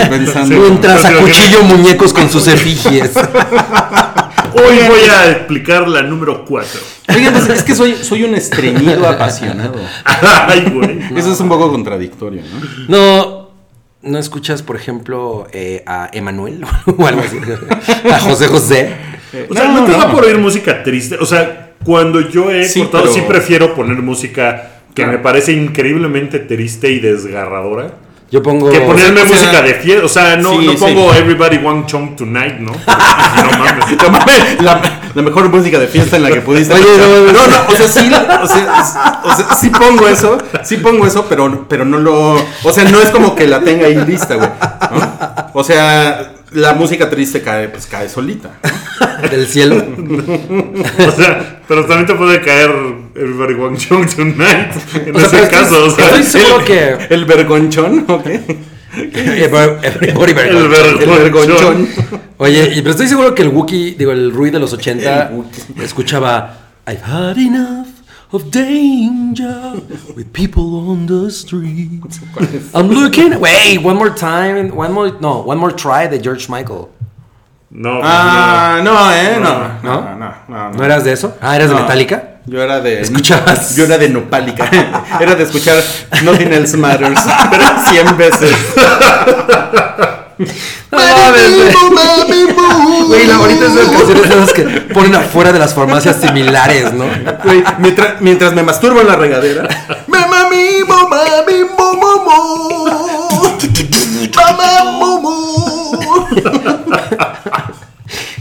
Speaker 4: pensando.
Speaker 3: Sí.
Speaker 2: Mientras
Speaker 3: Yo creo que-
Speaker 2: acuchillo muñecos con sus efigies.
Speaker 3: Hoy voy a explicar la número 4.
Speaker 4: Oigan, pues, es que soy, soy un estreñido apasionado.
Speaker 3: Ay, güey.
Speaker 4: Eso es un poco contradictorio, ¿no?
Speaker 2: No, no escuchas, por ejemplo, eh, a Emanuel o algo así. A José José.
Speaker 3: O sea, no, te da por oír música triste. O sea, cuando yo he
Speaker 4: Sí,
Speaker 3: cortado,
Speaker 4: pero-
Speaker 3: sí prefiero poner música que me
Speaker 4: Claro.
Speaker 3: parece increíblemente triste y desgarradora.
Speaker 2: Yo pongo.
Speaker 3: Que ponerme
Speaker 4: o sea,
Speaker 3: música de fiesta. O sea, no,
Speaker 4: sí,
Speaker 3: no
Speaker 4: sí.
Speaker 3: pongo Everybody One Chunk Tonight, ¿no? no mames.
Speaker 4: No mames, la, la mejor música de fiesta en la que pudiste.
Speaker 2: Oye,
Speaker 4: escuchar.
Speaker 2: no, no,
Speaker 4: no, no, o sea, sí, la- o sea, s- o sea, sí pongo eso, sí pongo eso, pero, pero no lo. O sea, no es como que la tenga ahí lista, güey. ¿no? O sea, la música triste cae, pues cae solita.
Speaker 2: Del cielo.
Speaker 3: O sea, pero también te puede caer Everybody One Chunk Tonight. En
Speaker 2: O sea,
Speaker 3: ese
Speaker 2: pero estoy-
Speaker 3: caso, o sea,
Speaker 2: estoy seguro
Speaker 3: el-
Speaker 2: que.
Speaker 4: El vergonchón, ¿ok?
Speaker 2: Everybody Vergonchon.
Speaker 3: El
Speaker 4: El vergonchón.
Speaker 3: vergonchón.
Speaker 2: Oye, y- pero estoy seguro que el Wookiee, digo, el Rui de los 80,
Speaker 4: El Wookiee.
Speaker 2: escuchaba I've had enough of danger with people on the street. I'm looking. Wait, one more time. One more. No, one more try de George Michael.
Speaker 3: No,
Speaker 4: Ah, no, eh, no.
Speaker 2: ¿No?
Speaker 4: No, no, no.
Speaker 2: ¿No eras de eso? Ah, eras de
Speaker 4: No.
Speaker 2: Metallica.
Speaker 4: Yo era de.
Speaker 2: ¿Escuchabas?
Speaker 4: Yo era de Nopálica. Era de escuchar Nothing Else Matters 100 veces.
Speaker 2: No mames, Güey, la- ahorita es de las canciones de esas que ponen afuera de las farmacias similares, ¿no?
Speaker 4: Güey, mientras, mientras me masturbo en la regadera. Mamá mimo, mami, mo, mo, mo. Mamá, mo, mo.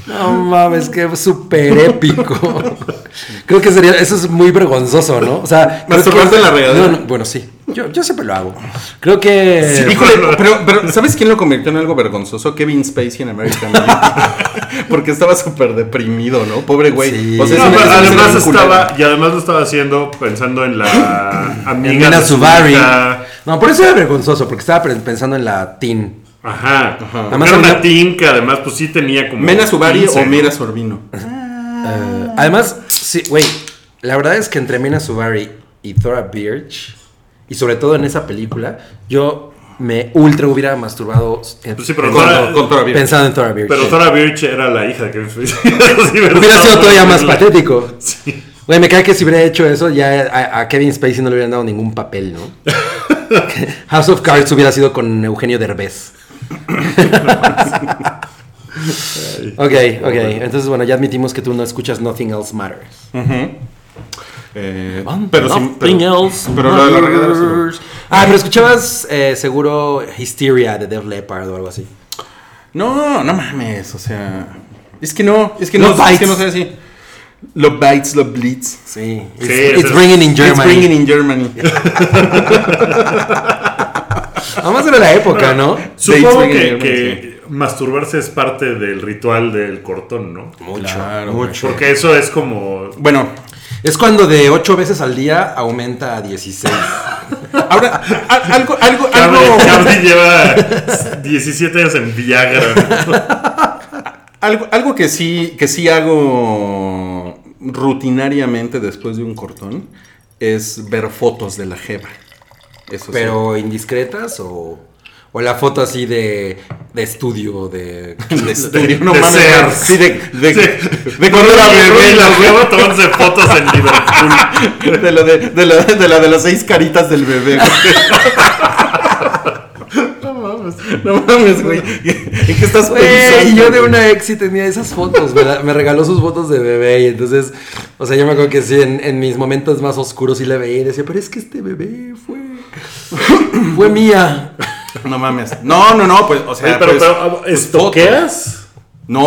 Speaker 2: No mames, que súper épico. Creo que sería, eso es muy vergonzoso, ¿no? O sea, creo
Speaker 4: ¿Masturbarte
Speaker 2: que-
Speaker 4: en la regadera?
Speaker 2: No, no, bueno, sí. Yo, yo siempre lo hago. Creo que.
Speaker 4: Híjole, pero, pero ¿sabes quién lo convirtió en algo vergonzoso? Kevin Spacey en American Beauty. Porque estaba súper deprimido, ¿no? Pobre güey.
Speaker 2: Sí.
Speaker 4: O
Speaker 3: pues, No,
Speaker 4: sea, se me-
Speaker 3: pero
Speaker 4: se me hace
Speaker 3: además
Speaker 4: un culero.
Speaker 3: estaba, y además lo estaba haciendo pensando en la
Speaker 2: en
Speaker 3: amiga
Speaker 2: Mina
Speaker 3: de su
Speaker 2: Subari.
Speaker 3: hija.
Speaker 2: No, por eso era vergonzoso, porque estaba pre- pensando en la teen.
Speaker 3: Ajá.
Speaker 2: Además,
Speaker 3: Además era
Speaker 2: había-
Speaker 3: una teen que además pues sí tenía como
Speaker 4: ¿Mena Subari
Speaker 3: 15,
Speaker 4: o
Speaker 3: ¿no?
Speaker 4: Mira Sorbino?
Speaker 2: Además, sí, güey, la verdad es que entre Mina Subari y Thora Birch, y sobre todo en esa película, yo me ultra hubiera masturbado en-
Speaker 3: Pues sí, pero
Speaker 2: pensando,
Speaker 3: Thora-
Speaker 4: con Thora Birch.
Speaker 2: pensando en Thora Birch.
Speaker 3: Pero
Speaker 2: sí.
Speaker 3: Thora Birch era la hija de Kevin Spacey. Sí,
Speaker 2: Hubiera
Speaker 3: ¿verdad?
Speaker 2: sido todavía más
Speaker 3: Sí.
Speaker 2: patético.
Speaker 3: Sí.
Speaker 2: Güey, me cae que si hubiera hecho eso, ya a, a Kevin Spacey no le hubieran dado ningún papel, ¿no? House of Cards hubiera sido con Eugenio Derbez. ok, ok. Entonces, bueno, ya admitimos que tú no escuchas Nothing Else Matters.
Speaker 4: Eh, pero sí, pero,
Speaker 2: Else
Speaker 4: pero lo de la regadera sí lo-
Speaker 2: Ah, pero escuchabas eh, seguro Hysteria de Def Leppard o algo así.
Speaker 4: No, no mames, o sea. Es que no, es que no,
Speaker 2: Los
Speaker 4: es que
Speaker 2: bites.
Speaker 4: no sé así. Lo bites, lo bleeds.
Speaker 2: Sí. It's,
Speaker 3: Sí,
Speaker 2: it's
Speaker 3: eso-
Speaker 2: ringing in Germany.
Speaker 4: It's bringing in Germany.
Speaker 2: Además era la época, ¿no?
Speaker 3: Supongo
Speaker 4: Dates
Speaker 3: que,
Speaker 4: Megan
Speaker 3: que masturbarse es parte del ritual del cortón, ¿no?
Speaker 2: Mucho,
Speaker 4: Claro,
Speaker 2: mucho.
Speaker 3: Porque eso es como.
Speaker 4: Bueno,
Speaker 2: Es cuando de 8 veces al día aumenta a 16.
Speaker 4: ahora, a- algo, algo,
Speaker 3: Cabri,
Speaker 4: algo,
Speaker 3: Cabri lleva 17 años en Viagra. ¿no?
Speaker 4: algo, algo que sí, que sí hago rutinariamente después de un cortón es ver fotos de la jeva. Eso sí.
Speaker 2: Pero indiscretas o, o la foto así de, de estudio, de...
Speaker 4: De estudio, no
Speaker 3: de
Speaker 4: mames.
Speaker 3: Sears.
Speaker 4: Sí, de, de,
Speaker 3: Sí.
Speaker 4: de cuando era
Speaker 3: Oye,
Speaker 4: bebé,
Speaker 3: y la
Speaker 4: ¿no?
Speaker 3: huevo tomándose fotos en Liverpool.
Speaker 4: De la de, de la, de la de las seis caritas del bebé, güey. No mames, güey. ¿En qué estás pensando?
Speaker 2: Güey, yo de
Speaker 4: güey?
Speaker 2: una ex sí tenía esas fotos, me, la- me regaló sus fotos de bebé y entonces, o sea, yo me acuerdo que sí, en, en mis momentos más oscuros sí la veía y decía, pero es que este bebé fue... fue mía.
Speaker 4: No mames. No, no, no, pues, o sea,
Speaker 3: Oye, pero, ah,
Speaker 4: pues,
Speaker 3: pero, ¿estoqueas?
Speaker 4: No,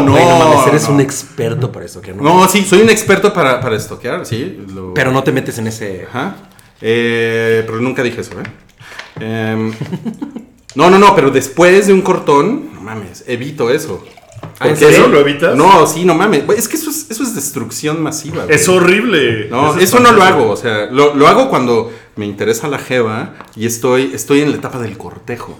Speaker 4: no,
Speaker 2: Güey, no mames, eres
Speaker 4: no.
Speaker 2: un experto para eso, que no.
Speaker 4: No, sí, soy un experto para, para estoquear, sí. lo-
Speaker 2: Pero no te metes en ese...
Speaker 4: Ajá. Eh, pero nunca dije eso, ¿eh? Em, no, no, no, pero después de un cortón, no mames, evito eso.
Speaker 2: Ah, ¿en
Speaker 4: Porque
Speaker 2: serio?
Speaker 4: eso-
Speaker 3: ¿Lo evitas?
Speaker 4: No, sí, no mames. Güey, Es que eso es, eso es destrucción masiva. güey.
Speaker 3: Es horrible.
Speaker 4: No,
Speaker 3: Es
Speaker 4: eso no lo
Speaker 3: espantoso.
Speaker 4: hago, o sea, lo, lo hago cuando me interesa la jeva y estoy, estoy en la etapa del cortejo.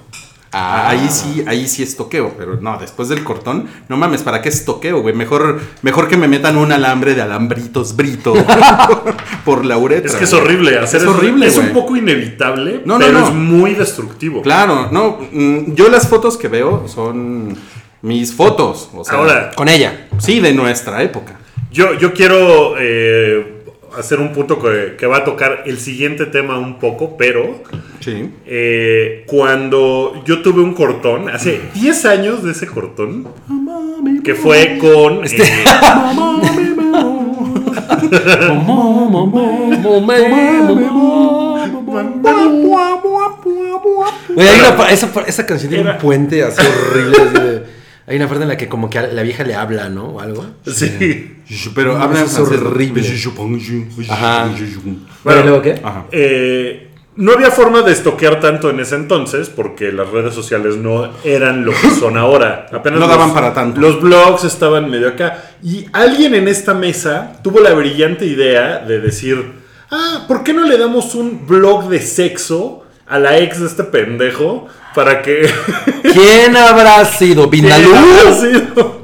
Speaker 4: Ah, Ahí sí, ahí sí estoqueo, pero no, después del cortón, no mames, ¿para qué estoqueo, güey? Mejor, mejor que me metan un alambre de alambritos brito por la uretra.
Speaker 3: Es que es
Speaker 4: güey.
Speaker 3: horrible hacer
Speaker 4: Es
Speaker 3: eso.
Speaker 4: horrible,
Speaker 3: Es un
Speaker 4: güey.
Speaker 3: poco inevitable,
Speaker 4: No, no,
Speaker 3: pero
Speaker 4: no.
Speaker 3: es muy destructivo.
Speaker 4: Claro, no, mm, yo las fotos que veo son mis fotos. O sea,
Speaker 3: Ahora,
Speaker 2: Con ella.
Speaker 4: Sí, de nuestra época.
Speaker 3: Yo, yo quiero eh, hacer un punto que, que va a tocar el siguiente tema un poco, pero
Speaker 4: Sí.
Speaker 3: eh, cuando yo tuve un cortón, hace
Speaker 4: Mm.
Speaker 3: 10 años de ese cortón, que fue con...
Speaker 4: Este
Speaker 3: eh,
Speaker 2: Güey, hay una pa- esa, pa- esa canción tiene un puente así horrible. así de- hay una parte en la que como que a la vieja le habla, ¿no? O algo.
Speaker 3: sí.
Speaker 4: Pero
Speaker 2: No,
Speaker 4: habla
Speaker 2: eso es
Speaker 4: francés.
Speaker 2: horrible. Ajá.
Speaker 3: Bueno,
Speaker 2: ¿Y luego qué?
Speaker 4: Ajá.
Speaker 3: Eh, no había forma de estoquear tanto en ese entonces porque las redes sociales no eran lo que son ahora. Apenas
Speaker 4: No daban
Speaker 3: los-
Speaker 4: para tanto.
Speaker 3: Los blogs estaban medio acá. Y alguien en esta mesa tuvo la brillante idea de decir, ah, ¿por qué no le damos un blog de sexo a la ex de este pendejo para que...
Speaker 2: ¿Quién habrá sido?
Speaker 3: haya
Speaker 2: ¿Vindalú?
Speaker 3: sido?"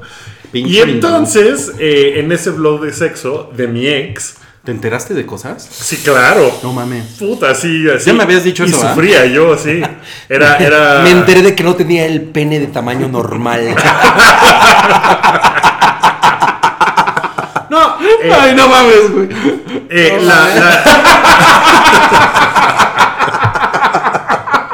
Speaker 3: Y
Speaker 4: Pinche
Speaker 3: entonces, eh, en ese blog de sexo de mi ex,
Speaker 4: ¿Te enteraste de cosas?
Speaker 3: sí, claro.
Speaker 4: No mames.
Speaker 3: Puta, sí, así.
Speaker 4: Ya me habías dicho
Speaker 3: y
Speaker 4: eso, ¿ah?
Speaker 3: sufría yo, sí. Era, era.
Speaker 2: Me enteré de que no tenía el pene de tamaño normal.
Speaker 3: No, eh,
Speaker 4: Ay, no mames, güey.
Speaker 3: eh, la, la-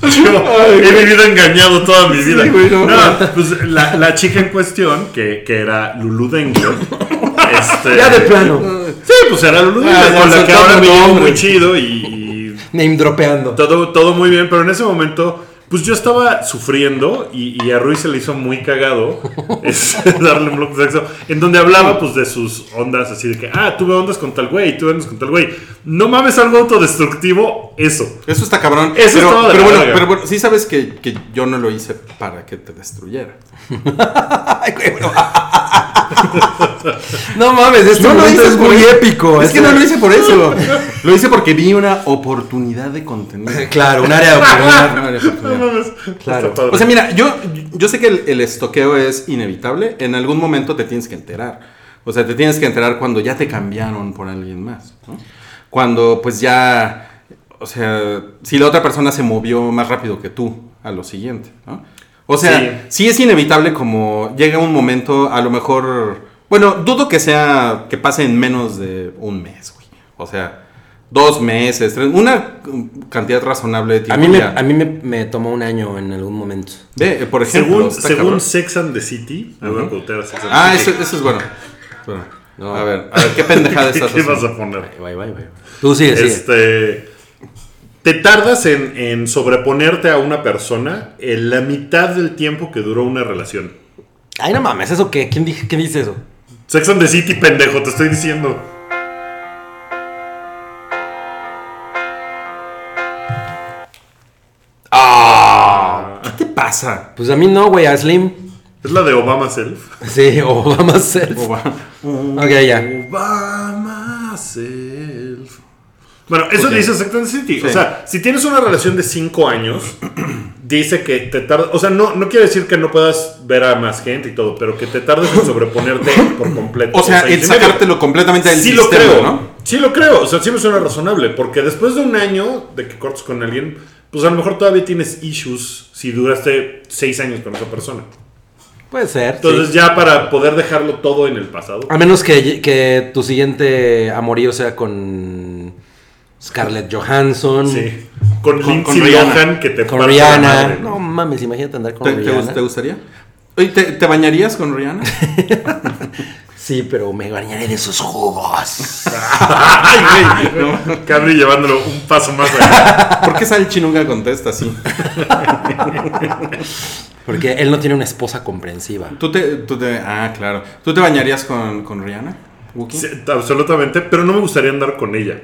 Speaker 3: Yo he vivido engañado toda mi vida.
Speaker 4: güey, no.
Speaker 3: No, pues la, la chica en cuestión, que, que era Lulu Dengue. este,
Speaker 2: ya de plano.
Speaker 3: Sí, pues era Lulu Dengue,
Speaker 4: Ah, ya
Speaker 3: con la que
Speaker 4: soltando
Speaker 3: ahora me llevo
Speaker 4: nombre.
Speaker 3: muy chido y- y
Speaker 2: Name dropeando.
Speaker 3: Todo, todo muy bien, pero en ese momento, pues yo estaba sufriendo y, y a Ruiz se le hizo muy cagado es, darle un bloque de sexo, en donde hablaba pues de sus ondas así de que, ah, tuve ondas con tal güey, tuve ondas con tal güey. No mames, algo autodestructivo, eso.
Speaker 4: Eso está cabrón.
Speaker 3: Eso
Speaker 4: pero,
Speaker 3: estaba de
Speaker 4: pero
Speaker 3: la
Speaker 4: bueno,
Speaker 3: verga.
Speaker 4: pero bueno, sí sabes que, que yo no lo hice para que te destruyera.
Speaker 2: Ay, güey, bueno. no mames, esto
Speaker 4: No lo hice
Speaker 2: Este es
Speaker 4: por
Speaker 2: muy
Speaker 4: eso.
Speaker 2: épico. este
Speaker 4: Es que
Speaker 2: esto-
Speaker 4: no lo hice por eso. Lo hice porque vi una oportunidad de contenido.
Speaker 2: Claro, un área de oportunidad.
Speaker 4: Una oportunidad.
Speaker 2: Claro.
Speaker 3: Está padre.
Speaker 4: O sea, mira, yo, yo sé que el, el estoqueo es inevitable. En algún momento te tienes que enterar. O sea, te tienes que enterar cuando ya te cambiaron por alguien más. ¿no? Cuando pues ya... O sea, si la otra persona se movió más rápido que tú a lo siguiente. ¿no? O sea, sí. es inevitable como llega un momento, a lo mejor... Bueno, dudo que sea que pase en menos de un mes, güey. O sea, dos meses, tres, una um, cantidad razonable de tiempo.
Speaker 2: A mí, me,
Speaker 4: ya.
Speaker 2: a mí me, me tomó un año en algún momento.
Speaker 4: Ve, eh, por ejemplo,
Speaker 3: según
Speaker 4: está
Speaker 3: según
Speaker 4: cabrón.
Speaker 3: Sex and the City, me voy a pautear a Sex and the
Speaker 4: Ah,
Speaker 3: City.
Speaker 4: eso, eso es bueno. Bueno, A ver, a ver, qué pendejada
Speaker 3: ¿Qué,
Speaker 4: estás
Speaker 3: qué vas
Speaker 4: haciendo?
Speaker 3: a poner?
Speaker 2: Bye, bye, bye. Tú sigue, sigue.
Speaker 3: Este. Te tardas en, en sobreponerte a una persona en la mitad del tiempo que duró una relación.
Speaker 2: Ay, no mames, ¿eso qué? ¿Quién, di- quién dice eso?
Speaker 3: Sex and the City, pendejo, te estoy diciendo.
Speaker 4: ¿Qué te pasa?
Speaker 2: Pues a mí no, güey, a Slim.
Speaker 3: Es la de Obama Self.
Speaker 2: Sí, Obama Self.
Speaker 4: O va-
Speaker 2: Ok, ya.
Speaker 3: Obama Self. Bueno, eso dice Sex and the City. O
Speaker 4: Sí.
Speaker 3: sea, si tienes una relación de 5 años, dice que te tarda. O sea, no, no quiere decir que no puedas ver a más gente y todo, pero que te tardes en sobreponerte por completo.
Speaker 4: O sea, el
Speaker 3: si me-
Speaker 4: sacártelo completamente del
Speaker 3: Sí lo
Speaker 4: sistema,
Speaker 3: creo,
Speaker 4: ¿no?
Speaker 3: Sí lo creo. O sea, sí me suena razonable. Porque después de un año de que cortes con alguien, pues a lo mejor todavía tienes issues si duraste 6 años con esa persona.
Speaker 2: Puede ser. sí. Ah,
Speaker 3: Entonces, ya para poder dejarlo todo en el pasado.
Speaker 2: A menos que, que tu siguiente amorío sea con Scarlett Johansson,
Speaker 3: Sí. Con,
Speaker 4: Con-
Speaker 3: Lindsay
Speaker 4: con Rihanna.
Speaker 3: Lohan que te
Speaker 2: mm. con
Speaker 3: parte la
Speaker 2: Rihanna.
Speaker 3: madre.
Speaker 2: No mames, imagínate andar con
Speaker 4: ¿Te, te
Speaker 2: Rihanna.
Speaker 4: gust- te gustaría? Oye, ¿te, te bañarías con Rihanna?
Speaker 2: Sí, pero me bañaré de sus jugos.
Speaker 3: Ay, güey. Carly llevándolo un paso más allá.
Speaker 4: ¿Por qué Salchi nunca contesta así?
Speaker 2: Porque él no tiene una esposa comprensiva.
Speaker 4: ¿Tú te, tú te- ah, claro. ¿Tú te bañarías con, con Rihanna? Wookie?
Speaker 3: Sí, absolutamente, pero no me gustaría andar con ella.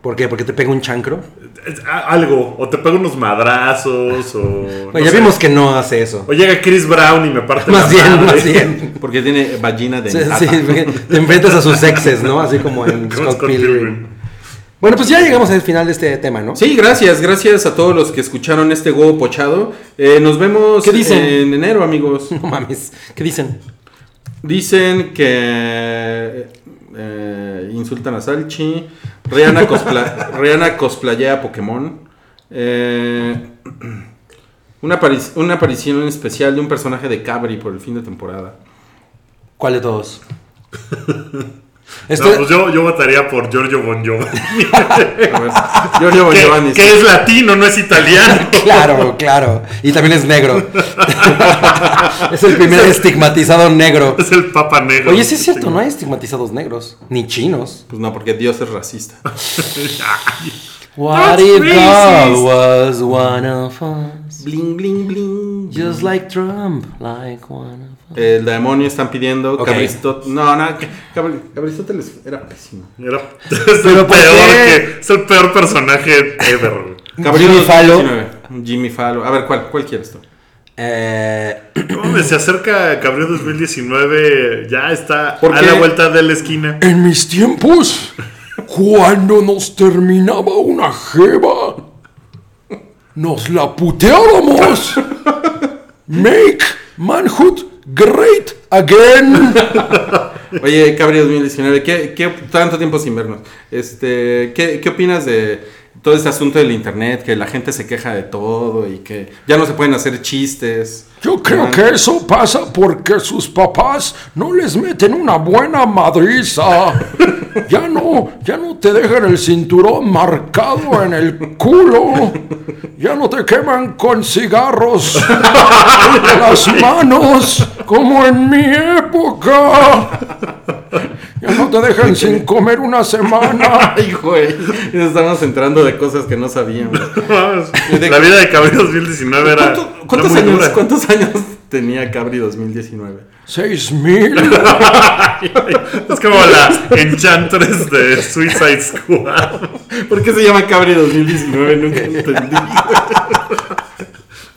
Speaker 2: ¿Por qué? ¿Porque te pega un chancro?
Speaker 3: Es a- algo, o te pego unos madrazos, o.
Speaker 2: Bueno,
Speaker 3: no
Speaker 2: ya
Speaker 3: sé.
Speaker 2: vimos que no hace eso.
Speaker 3: O llega Chris Brown y me parte
Speaker 2: más
Speaker 3: la
Speaker 2: bien,
Speaker 3: madre.
Speaker 2: más bien.
Speaker 4: Porque tiene vagina de
Speaker 2: Sí, sí, porque te enfrentas a sus exes, ¿no? Así como en
Speaker 3: Como
Speaker 2: Scott
Speaker 3: Scott
Speaker 2: Pilgrim.
Speaker 3: Pilgrim.
Speaker 2: Bueno, pues ya llegamos al final de este tema, ¿no?
Speaker 4: Sí, gracias, gracias a todos los que escucharon este huevo pochado. Eh, nos vemos
Speaker 2: ¿Qué dicen?
Speaker 4: en enero, amigos.
Speaker 2: No mames. ¿Qué dicen?
Speaker 4: Dicen que eh, insultan a Salchi. Rihanna, cospla- Rihanna cosplayea a Pokémon. Eh, Una, apari- una aparición especial de un personaje de Cabri por el fin de temporada.
Speaker 2: ¿Cuál de todos? Este-
Speaker 3: No,
Speaker 2: Estoy-
Speaker 3: pues yo, yo votaría por Giorgio Bon Jovi.
Speaker 4: A ver, Giorgio Bon
Speaker 3: que,
Speaker 4: Giovanni.
Speaker 3: que es latino, no es italiano.
Speaker 2: Claro, claro. Y también es negro. es el primer estigmatizado negro.
Speaker 3: Es el Papa Negro.
Speaker 2: Oye, sí es cierto, no hay estigmatizados negros, ni chinos.
Speaker 4: Pues no, porque Dios es racista.
Speaker 2: What
Speaker 4: That's
Speaker 2: if
Speaker 4: racist.
Speaker 2: God was one of us?
Speaker 4: Bling, bling, bling.
Speaker 2: Just like Trump, like one of us.
Speaker 4: El demonio están pidiendo.
Speaker 2: Ok.
Speaker 4: Cabristot- No, no. Cabri- Cabristóteles era pésimo.
Speaker 3: Era- es, el
Speaker 2: Pero, ¿por
Speaker 3: peor
Speaker 2: qué?
Speaker 3: que, es el peor personaje ever. güey.
Speaker 2: Jimmy Fallon.
Speaker 4: 19. Jimmy Fallo. A ver, ¿cuál, cuál quieres tú?
Speaker 2: Eh,
Speaker 3: No mames, se acerca Cabreo 2019, ya está
Speaker 4: ¿Por
Speaker 3: a
Speaker 4: qué?
Speaker 3: la vuelta de la esquina.
Speaker 2: en mis tiempos, cuando nos terminaba una jeva, nos la puteábamos. Make manhood great again.
Speaker 4: Oye, Cabri 2019, ¿qué, qué, tanto tiempo sin vernos. Este, ¿qué, ¿Qué opinas de todo este asunto del internet? Que la gente se queja de todo y que ya no se pueden hacer chistes.
Speaker 2: Yo creo
Speaker 4: Ah.
Speaker 2: que eso pasa porque sus papás no les meten una buena madriza. Ya no, ya no te dejan el cinturón marcado en el culo. Ya no te queman con cigarros en las manos como en mi época. Ya no te dejan sin comer una semana.
Speaker 4: Ay, güey. Nos estamos enterando de cosas que no sabíamos.
Speaker 3: No mames,
Speaker 4: de-
Speaker 3: La vida de Cabreo 2019 era,
Speaker 4: ¿Cuánto-
Speaker 3: era
Speaker 4: ¿Cuántos,
Speaker 3: muy
Speaker 4: años,
Speaker 3: dura.
Speaker 4: ¿Cuántos años tenía Cabri 2019?
Speaker 2: Seis mil.
Speaker 3: Es como la Enchantress de Suicide Squad.
Speaker 4: ¿Por qué se llama Cabri 2019? Nunca entendí.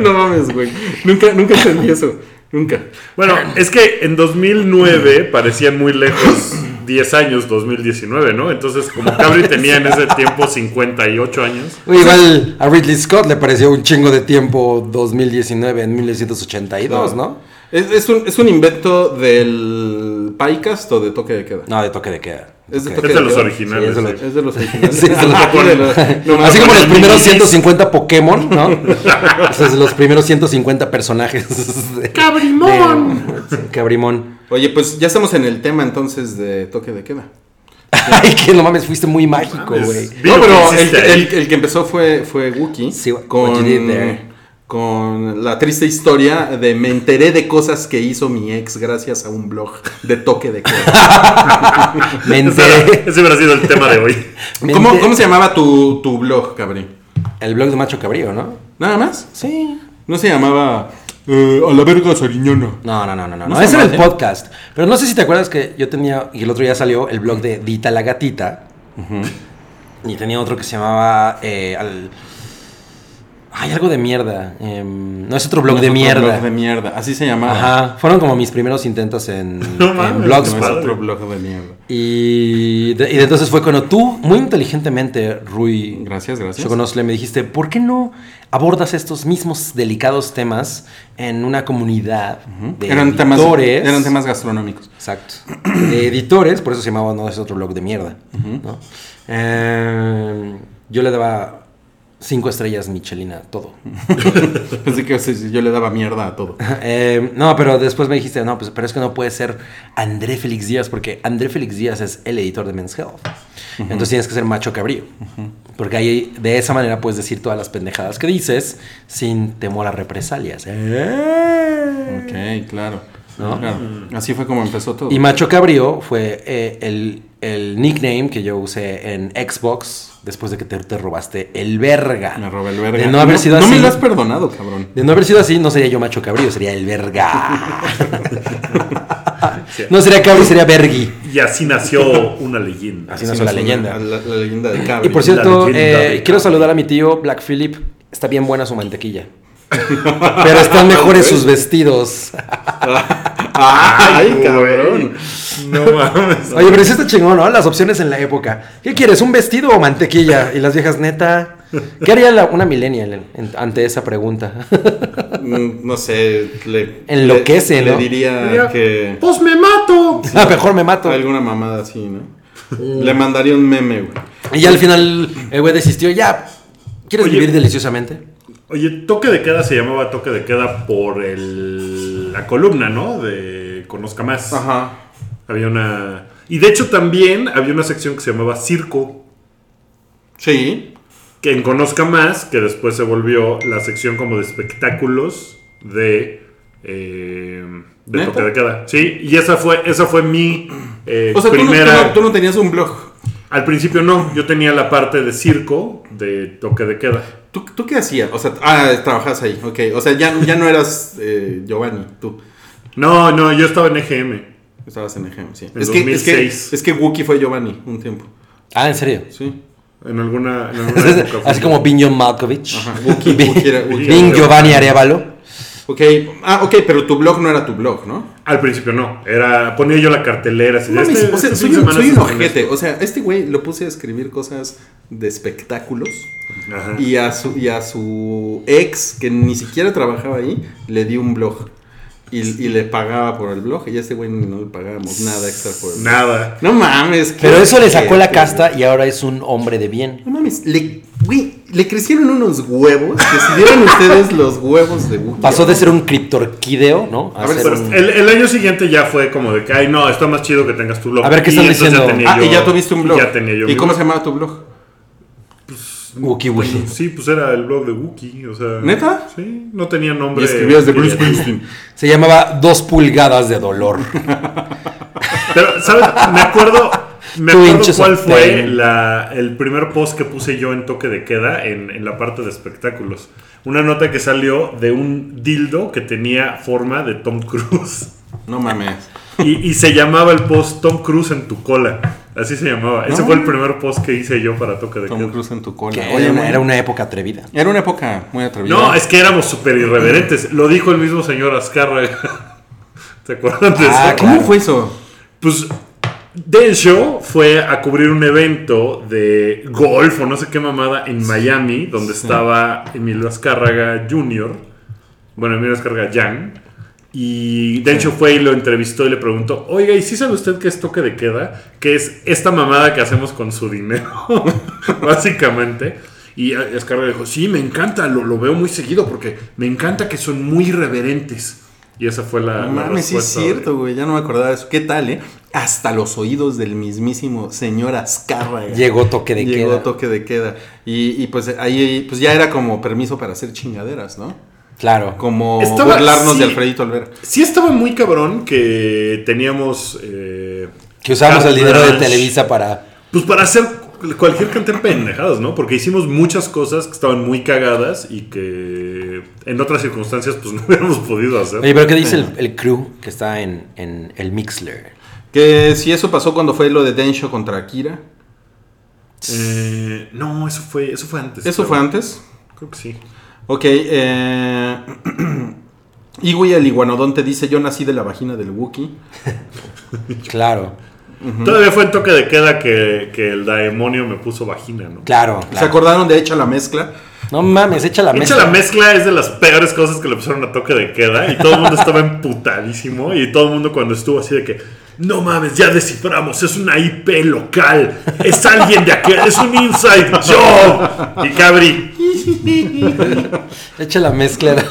Speaker 4: no mames, güey. Nunca, nunca entendí eso. Nunca.
Speaker 3: Bueno, es que en 2009 parecían muy lejos 10 años 2019, ¿no? Entonces, como Cabri tenía en ese tiempo 58 años.
Speaker 2: Igual a Ridley Scott le pareció un chingo de tiempo 2019 en 1982, ¿no?
Speaker 4: Es, es un, es un invento del Pycast o de toque de queda.
Speaker 2: No, de toque de queda.
Speaker 4: Es de
Speaker 2: Ok.
Speaker 4: toque
Speaker 3: Es de los
Speaker 4: queda.
Speaker 3: originales.
Speaker 2: Sí, es de
Speaker 3: sí.
Speaker 4: Es de los originales.
Speaker 2: Sí, es de los-
Speaker 4: Ah, de los- no mames.
Speaker 2: Así como los
Speaker 3: los
Speaker 2: primeros
Speaker 3: minis.
Speaker 2: 150 Pokémon, ¿no? o sea, es los primeros 150 personajes. de-
Speaker 3: ¡Cabrimón!
Speaker 2: de- sí, Cabrimón.
Speaker 4: Oye, pues ya estamos en el tema entonces de toque de queda.
Speaker 2: Ay, que no mames, fuiste muy mágico,
Speaker 3: mames.
Speaker 2: güey.
Speaker 3: Vi lo
Speaker 4: no, pero
Speaker 3: que
Speaker 4: el,
Speaker 3: hiciste ahí.
Speaker 4: el- el que empezó fue, fue Wookie
Speaker 2: Sí, what
Speaker 4: con,
Speaker 2: you did there.
Speaker 4: con la triste historia de me enteré de cosas que hizo mi ex gracias a un blog de toque de queda.
Speaker 2: Me
Speaker 3: Ese, era-
Speaker 2: enteré.
Speaker 3: ese hubiera sido el tema de hoy.
Speaker 2: me
Speaker 4: ¿Cómo,
Speaker 2: enteré-
Speaker 4: cómo se llamaba tu, tu blog, cabrón?
Speaker 2: El blog de Macho Cabrío, ¿no?
Speaker 4: ¿Nada más?
Speaker 2: Sí.
Speaker 4: No se llamaba eh, a la verga Sariñana.
Speaker 2: No, no, no, no, no.
Speaker 4: No
Speaker 2: no ese
Speaker 4: está
Speaker 2: era
Speaker 4: mal,
Speaker 2: el
Speaker 4: ¿eh?
Speaker 2: podcast. Pero no sé si te acuerdas que yo tenía, y el otro día salió el blog de Dita la Gatita. Y tenía otro que se llamaba. eh, al... Ay, algo de mierda. Em, no es otro blog de
Speaker 4: Otro
Speaker 2: mierda.
Speaker 4: Blog de mierda. Así se llamaba.
Speaker 2: Ajá. Fueron como mis primeros intentos en, en
Speaker 3: mames,
Speaker 2: blogs.
Speaker 4: No es
Speaker 3: Padre.
Speaker 4: otro blog de mierda.
Speaker 2: Y, de, y de entonces fue cuando tú, muy inteligentemente, Rui.
Speaker 4: Gracias, gracias.
Speaker 2: Choconosle, me dijiste, ¿por qué no abordas estos mismos delicados temas en una comunidad de
Speaker 4: Eran temas,
Speaker 2: editores?
Speaker 4: eran temas gastronómicos.
Speaker 2: Exacto. De editores, por eso se llamaba No es otro blog de mierda. ¿no? Eh, yo le daba cinco estrellas Michelin a todo.
Speaker 4: Pensé que sí, sí, yo le daba mierda a todo.
Speaker 2: Eh, no, pero después me dijiste, no, pues, pero es que no puede ser André Félix Díaz, porque André Félix Díaz es el editor de Men's Health. Entonces tienes que ser macho cabrío. Porque ahí, de esa manera, puedes decir todas las pendejadas que dices sin temor a represalias. ¿eh?
Speaker 4: Ok, claro.
Speaker 2: ¿No?
Speaker 4: Claro. Así fue como empezó todo.
Speaker 2: Y macho cabrío fue eh, el, el nickname que yo usé en Xbox después de que te, te robaste el verga.
Speaker 4: Me robé el verga.
Speaker 2: De no haber sido así.
Speaker 4: me lo has perdonado, cabrón.
Speaker 2: De no haber sido así, no sería yo macho cabrío, sería el verga. no sería cabrío, sería vergui.
Speaker 3: Y así nació una leyenda.
Speaker 2: Así nació la leyenda.
Speaker 4: La, la leyenda del
Speaker 2: Y
Speaker 4: cable.
Speaker 2: por cierto,
Speaker 3: leyenda
Speaker 2: eh,
Speaker 3: de Cabri.
Speaker 2: quiero saludar a mi tío Black Philip. Está bien buena su mantequilla. Pero están mejores sus vestidos.
Speaker 4: ¡Ay, cabrón!
Speaker 3: No mames.
Speaker 2: Oye, pero sí está chingón, ¿no? Las opciones en la época. ¿Qué quieres, un vestido o mantequilla? Y las viejas, neta. ¿Qué haría la- una millennial en- en- ante esa pregunta?
Speaker 4: Mm, No sé, le.
Speaker 2: Enloquece,
Speaker 4: le,
Speaker 2: ¿no?
Speaker 4: Le diría que.
Speaker 3: Pues me mato.
Speaker 2: Ah, Mejor me mato.
Speaker 4: Alguna mamada así, ¿no? le mandaría un meme, güey.
Speaker 2: Y ya al final el güey desistió. Ya, ¿quieres
Speaker 3: Oye.
Speaker 2: vivir deliciosamente?
Speaker 3: Oye, toque de queda se llamaba toque de queda por el, la columna, ¿no? De Conozca Más.
Speaker 4: Ajá.
Speaker 3: Había una... Y de hecho también había una sección que se llamaba Circo,
Speaker 4: Sí.
Speaker 3: que en Conozca Más, que después se volvió la sección como de espectáculos de... eh, de
Speaker 4: ¿Neta?
Speaker 3: toque de queda. Sí, y esa fue, esa fue mi eh,
Speaker 4: O sea, tú no-
Speaker 3: primera...
Speaker 4: tú no- tú no tenías un blog.
Speaker 3: Al principio no, yo tenía la parte de circo de toque de queda.
Speaker 4: ¿Tú, tú qué hacías? O sea, ah, trabajabas ahí, ok. O sea, ya, ya no eras eh, Giovanni, tú.
Speaker 3: No, no, yo estaba en E EGM.
Speaker 4: Estabas en EGM, sí.
Speaker 3: En
Speaker 4: es, que, es, que,
Speaker 3: 2006.
Speaker 4: es que Wookie fue Giovanni un tiempo,
Speaker 2: Ah, en serio.
Speaker 4: sí.
Speaker 3: En alguna, en alguna época. fui
Speaker 2: Así como Binjon Malkovich.
Speaker 4: Ajá, Wookie,
Speaker 2: Bin-
Speaker 4: Wookie era- Wookie
Speaker 2: Bin
Speaker 3: era-
Speaker 2: Giovanni Arevalo.
Speaker 4: Ok, ah, ok, pero tu blog no era tu blog, ¿no?
Speaker 3: Al principio no, era ponía yo la cartelera. Así, de,
Speaker 4: Mames,
Speaker 3: este-
Speaker 4: o sea,
Speaker 3: este
Speaker 4: soy,
Speaker 3: fin de
Speaker 4: un-
Speaker 3: semana
Speaker 4: soy
Speaker 3: se
Speaker 4: un
Speaker 3: pone
Speaker 4: ojete. O sea, este güey lo puse a escribir cosas de espectáculos
Speaker 3: esto. Ajá.
Speaker 4: y a, su, y a su ex, que ni siquiera trabajaba ahí, le di un blog. Y, y le pagaba por el blog y a este güey no le pagábamos nada extra por el blog.
Speaker 3: Nada.
Speaker 4: No mames. qué
Speaker 2: Pero eso le sacó la
Speaker 4: ojete.
Speaker 2: casta y ahora es un hombre de bien.
Speaker 4: No mames, le, güey, le crecieron unos huevos. Decidieron ustedes los huevos de Wookiee.
Speaker 2: Pasó de ser un criptorquideo, ¿no? A,
Speaker 4: A ver,
Speaker 2: ser
Speaker 3: Pero
Speaker 2: un-
Speaker 3: el, el año siguiente ya fue como de que, ay, no, está más chido que tengas tu blog.
Speaker 2: A ver, ¿qué
Speaker 3: Y
Speaker 2: están
Speaker 3: entonces
Speaker 2: diciendo?
Speaker 3: tenía
Speaker 4: Ah, y
Speaker 3: yo-
Speaker 4: ya tuviste un blog.
Speaker 3: Ya tenía yo
Speaker 4: ¿Y
Speaker 3: mi
Speaker 4: cómo se
Speaker 3: blog.
Speaker 4: llamaba tu blog?
Speaker 2: Wookie Wookie.
Speaker 3: Sí, pues era el blog de Wookiee. O sea,
Speaker 4: ¿Neta?
Speaker 3: Sí, no tenía nombre.
Speaker 4: Y escribías de
Speaker 3: Bruce
Speaker 4: Bruce Springsteen.
Speaker 2: Se llamaba Dos pulgadas de dolor.
Speaker 3: Pero, ¿sabes? Me acuerdo, me
Speaker 2: Two
Speaker 3: acuerdo
Speaker 2: inches
Speaker 3: cuál
Speaker 2: of
Speaker 3: fue
Speaker 2: pain.
Speaker 3: la- el primer post que puse yo en toque de queda en, en la parte de espectáculos. Una nota que salió de un dildo que tenía forma de Tom Cruise.
Speaker 4: No mames.
Speaker 3: Y, y se llamaba el post Tom Cruise en tu cola. Así se llamaba. Ese
Speaker 4: No.
Speaker 3: fue el primer post que hice yo para toque de
Speaker 4: Tom
Speaker 3: queda.
Speaker 4: Cruise en tu cola.
Speaker 2: Que
Speaker 4: Oye,
Speaker 2: era, una,
Speaker 4: muy-
Speaker 2: era una época atrevida.
Speaker 4: era una época muy atrevida.
Speaker 3: No, es que éramos súper irreverentes. Lo dijo el mismo señor Azcárraga. ¿Te acuerdas de
Speaker 2: Ah,
Speaker 3: eso?
Speaker 4: ¿Cómo
Speaker 2: claro.
Speaker 4: fue eso?
Speaker 3: Pues Del Show fue a cubrir un evento de golf o no sé qué mamada en Miami, donde estaba Emilio Azcárraga Jr., bueno, Emilio Azcárraga Young, y Del Show fue y lo entrevistó y le preguntó, oiga, ¿y si sabe usted qué es toque de queda? Que es esta mamada que hacemos con su dinero, básicamente. Y Azcárraga dijo, sí, me encanta, lo, lo veo muy seguido porque me encanta que son muy irreverentes. Y esa fue la...
Speaker 4: No
Speaker 3: la
Speaker 4: mames, sí es
Speaker 3: respuesta de-
Speaker 4: cierto, güey. Ya no me acordaba de eso. ¿Qué tal, eh? Hasta los oídos del mismísimo señor Azcárraga.
Speaker 2: Llegó toque de
Speaker 4: Llegó
Speaker 2: queda.
Speaker 4: toque de queda. Y, y pues ahí pues ya era como permiso para hacer chingaderas, ¿no?
Speaker 2: Claro.
Speaker 4: Como
Speaker 3: Estaba-
Speaker 4: burlarnos
Speaker 3: sí.
Speaker 4: de Alfredito Olvera.
Speaker 3: Sí estaba muy cabrón que teníamos... eh,
Speaker 2: Que usamos el
Speaker 3: Cartridge.
Speaker 2: dinero de Televisa para.
Speaker 3: Pues para hacer cualquier cantidad de pendejadas, ¿no? Porque hicimos muchas cosas que estaban muy cagadas y que en otras circunstancias pues no hubiéramos podido hacer.
Speaker 2: Oye, pero ¿qué dice el, el crew que está en, en el Mixler?
Speaker 4: Que si eso pasó cuando fue lo de Densho contra Akira.
Speaker 3: Eh, no, eso fue, eso fue antes.
Speaker 4: ¿Eso
Speaker 3: creo.
Speaker 4: fue antes?
Speaker 3: Creo que sí.
Speaker 4: Ok, eh... Igui el iguanodonte dice, yo nací de la vagina del Wookiee.
Speaker 2: Claro,
Speaker 3: Todavía fue en toque de queda que, que el daemonio me puso vagina, ¿no?
Speaker 2: claro.
Speaker 4: ¿Se
Speaker 2: claro.
Speaker 4: acordaron de Hecha la Mezcla?
Speaker 2: No mames, echa la
Speaker 3: Hecha
Speaker 2: mesa.
Speaker 3: la mezcla es de las peores cosas que le pusieron a toque de queda y todo el mundo estaba emputadísimo y todo el mundo cuando estuvo así de que no mames, ya desciframos, es una IP local, es alguien de aquí, es un inside job. Y Cabri,
Speaker 2: Echa la mezcla. era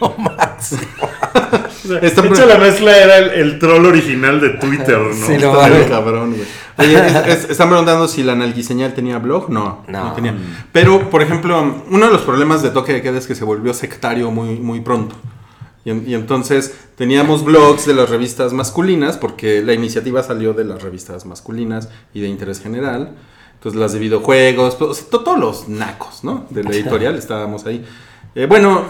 Speaker 2: Lo máximo.
Speaker 3: o sea,
Speaker 4: Está
Speaker 3: Hecha
Speaker 4: pre-
Speaker 3: la mezcla era el, el troll original de Twitter, ¿no?
Speaker 2: Sí, lo-
Speaker 4: Está
Speaker 2: mames.
Speaker 4: bien cabrón, güey. Oye, es- es- están preguntando si la analguiseñal tenía blog. No, no,
Speaker 2: No.
Speaker 4: tenía. Pero, por ejemplo, uno de los problemas de Toque de Queda es que se volvió sectario muy, muy pronto. Y, en- y entonces teníamos blogs de las revistas masculinas, porque la iniciativa salió de las revistas masculinas y de interés general. Entonces las de videojuegos, to- o sea, to- todos los nacos, ¿no? De la editorial estábamos ahí. Eh, bueno,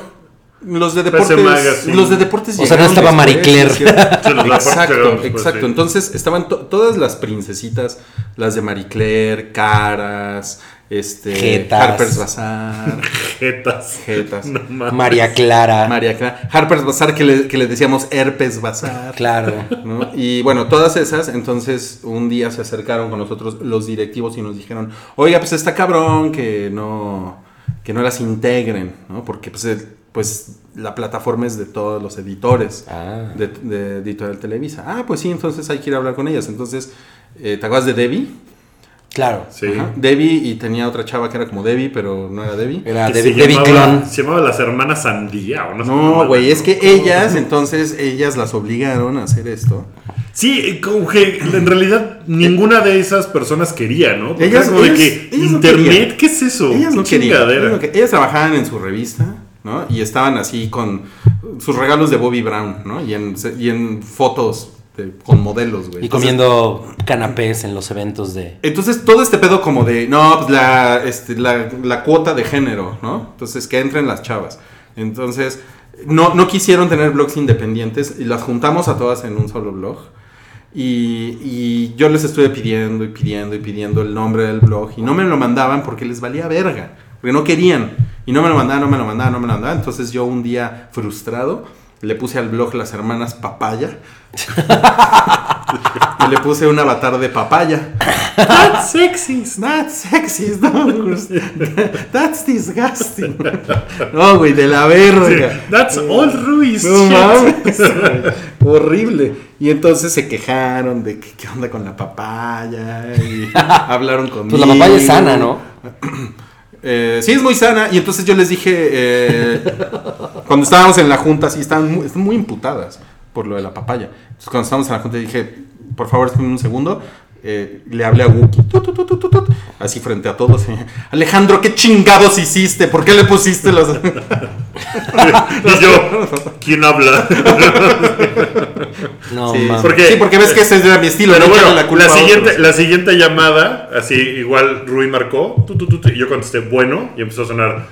Speaker 4: los de deportes.
Speaker 3: Magazine.
Speaker 4: Los de deportes
Speaker 2: O sea, no
Speaker 4: llegaron
Speaker 2: estaba Marie
Speaker 4: después,
Speaker 2: Claire.
Speaker 4: es cierto.
Speaker 3: Sí, los de deportes
Speaker 4: Exacto,
Speaker 3: llegaron después,
Speaker 4: exacto.
Speaker 3: sí.
Speaker 4: Entonces estaban to- todas las princesitas, las de Marie Claire, Caras, este,
Speaker 2: Jetas.
Speaker 4: Harper's Bazaar,
Speaker 3: Jetas.
Speaker 4: Jetas,
Speaker 3: No mames.
Speaker 2: María Clara.
Speaker 4: María Clara, Harper's Bazaar que le, que le decíamos Herpes Bazaar.
Speaker 2: Claro.
Speaker 4: ¿no? Y bueno, todas esas, entonces un día se acercaron con nosotros los directivos y nos dijeron, oiga, pues está cabrón que no, que no las integren, ¿no? Porque pues, el- pues la plataforma es de todos los editores
Speaker 2: Ah.
Speaker 4: de, de Editorial Televisa. Ah, pues sí, entonces hay que ir a hablar con ellas. Entonces, eh, ¿te acuerdas de Debbie?
Speaker 2: Claro.
Speaker 3: Sí.
Speaker 4: Ajá, Debbie y tenía otra chava que era como Debbie, pero no era Debbie.
Speaker 2: Era
Speaker 3: Que
Speaker 2: Debbie,
Speaker 3: se
Speaker 2: Debbie
Speaker 3: llamaba-
Speaker 2: Clon.
Speaker 3: Se llamaba las hermanas Sandía o no sé
Speaker 4: No,
Speaker 3: cómo
Speaker 4: güey,
Speaker 3: era,
Speaker 4: es que
Speaker 3: ¿no?
Speaker 4: ellas, entonces, ellas las obligaron a hacer esto.
Speaker 3: Sí, como que en realidad ninguna de esas personas quería, ¿no? Porque
Speaker 4: Ellas-
Speaker 3: era como de
Speaker 4: ellas-
Speaker 3: que
Speaker 4: ellas no
Speaker 3: internet,
Speaker 4: querían.
Speaker 3: ¿qué es eso?
Speaker 4: Ellas
Speaker 3: ¿Qué
Speaker 4: no querían.
Speaker 3: chingadera?
Speaker 4: Ellas, no que- ellas trabajaban en su revista, ¿no? Y estaban así con sus regalos de Bobby Brown, ¿no? Y en, y en fotos de- con modelos, güey.
Speaker 2: Y
Speaker 4: Entonces-
Speaker 2: comiendo canapés en los eventos de...
Speaker 4: Entonces todo este pedo como de, no, pues la, este, la, la cuota de género, ¿no? Entonces que entren las chavas. Entonces no, no quisieron tener blogs independientes y las juntamos a todas en un solo blog. Y, y yo les estuve pidiendo y pidiendo y pidiendo el nombre del blog y no me lo mandaban porque les valía verga, porque no querían. Y no me lo mandaban, no me lo mandaban, no me lo mandaban. Entonces yo un día frustrado le puse al blog Las Hermanas Papaya y le puse un avatar de papaya. That's sexist, not sexist, Douglas. That's disgusting. No, güey, de la verga.
Speaker 3: That's all Ruiz.
Speaker 4: eh, No
Speaker 3: shit.
Speaker 4: mames, güey. horrible. Y entonces se quejaron de que, qué onda con la papaya. Y hablaron conmigo.
Speaker 2: Pues la papaya es sana, ¿no?
Speaker 4: Eh, sí, es muy sana. Y entonces yo les dije, eh, cuando estábamos en la junta, sí, estaban muy, están muy imputadas por lo de la papaya. Entonces cuando estábamos en la junta dije, por favor, espérenme un segundo. Eh, le hablé a Wookie, tut, tut, tut, tut, tut, así frente a todos. eh, Alejandro, ¿qué chingados hiciste? ¿Por qué le pusiste los...
Speaker 3: Y yo, ¿quién habla?
Speaker 2: No,
Speaker 4: sí,
Speaker 2: mames.
Speaker 3: porque-
Speaker 4: sí, porque ves que ese era mi estilo.
Speaker 3: Pero
Speaker 4: no
Speaker 3: bueno,
Speaker 4: echarle
Speaker 3: la,
Speaker 4: culpa a
Speaker 3: siguiente,
Speaker 4: otros.
Speaker 3: la siguiente llamada, así igual Rui marcó, tu, tu, tu, tu, y yo contesté bueno, y empezó a sonar.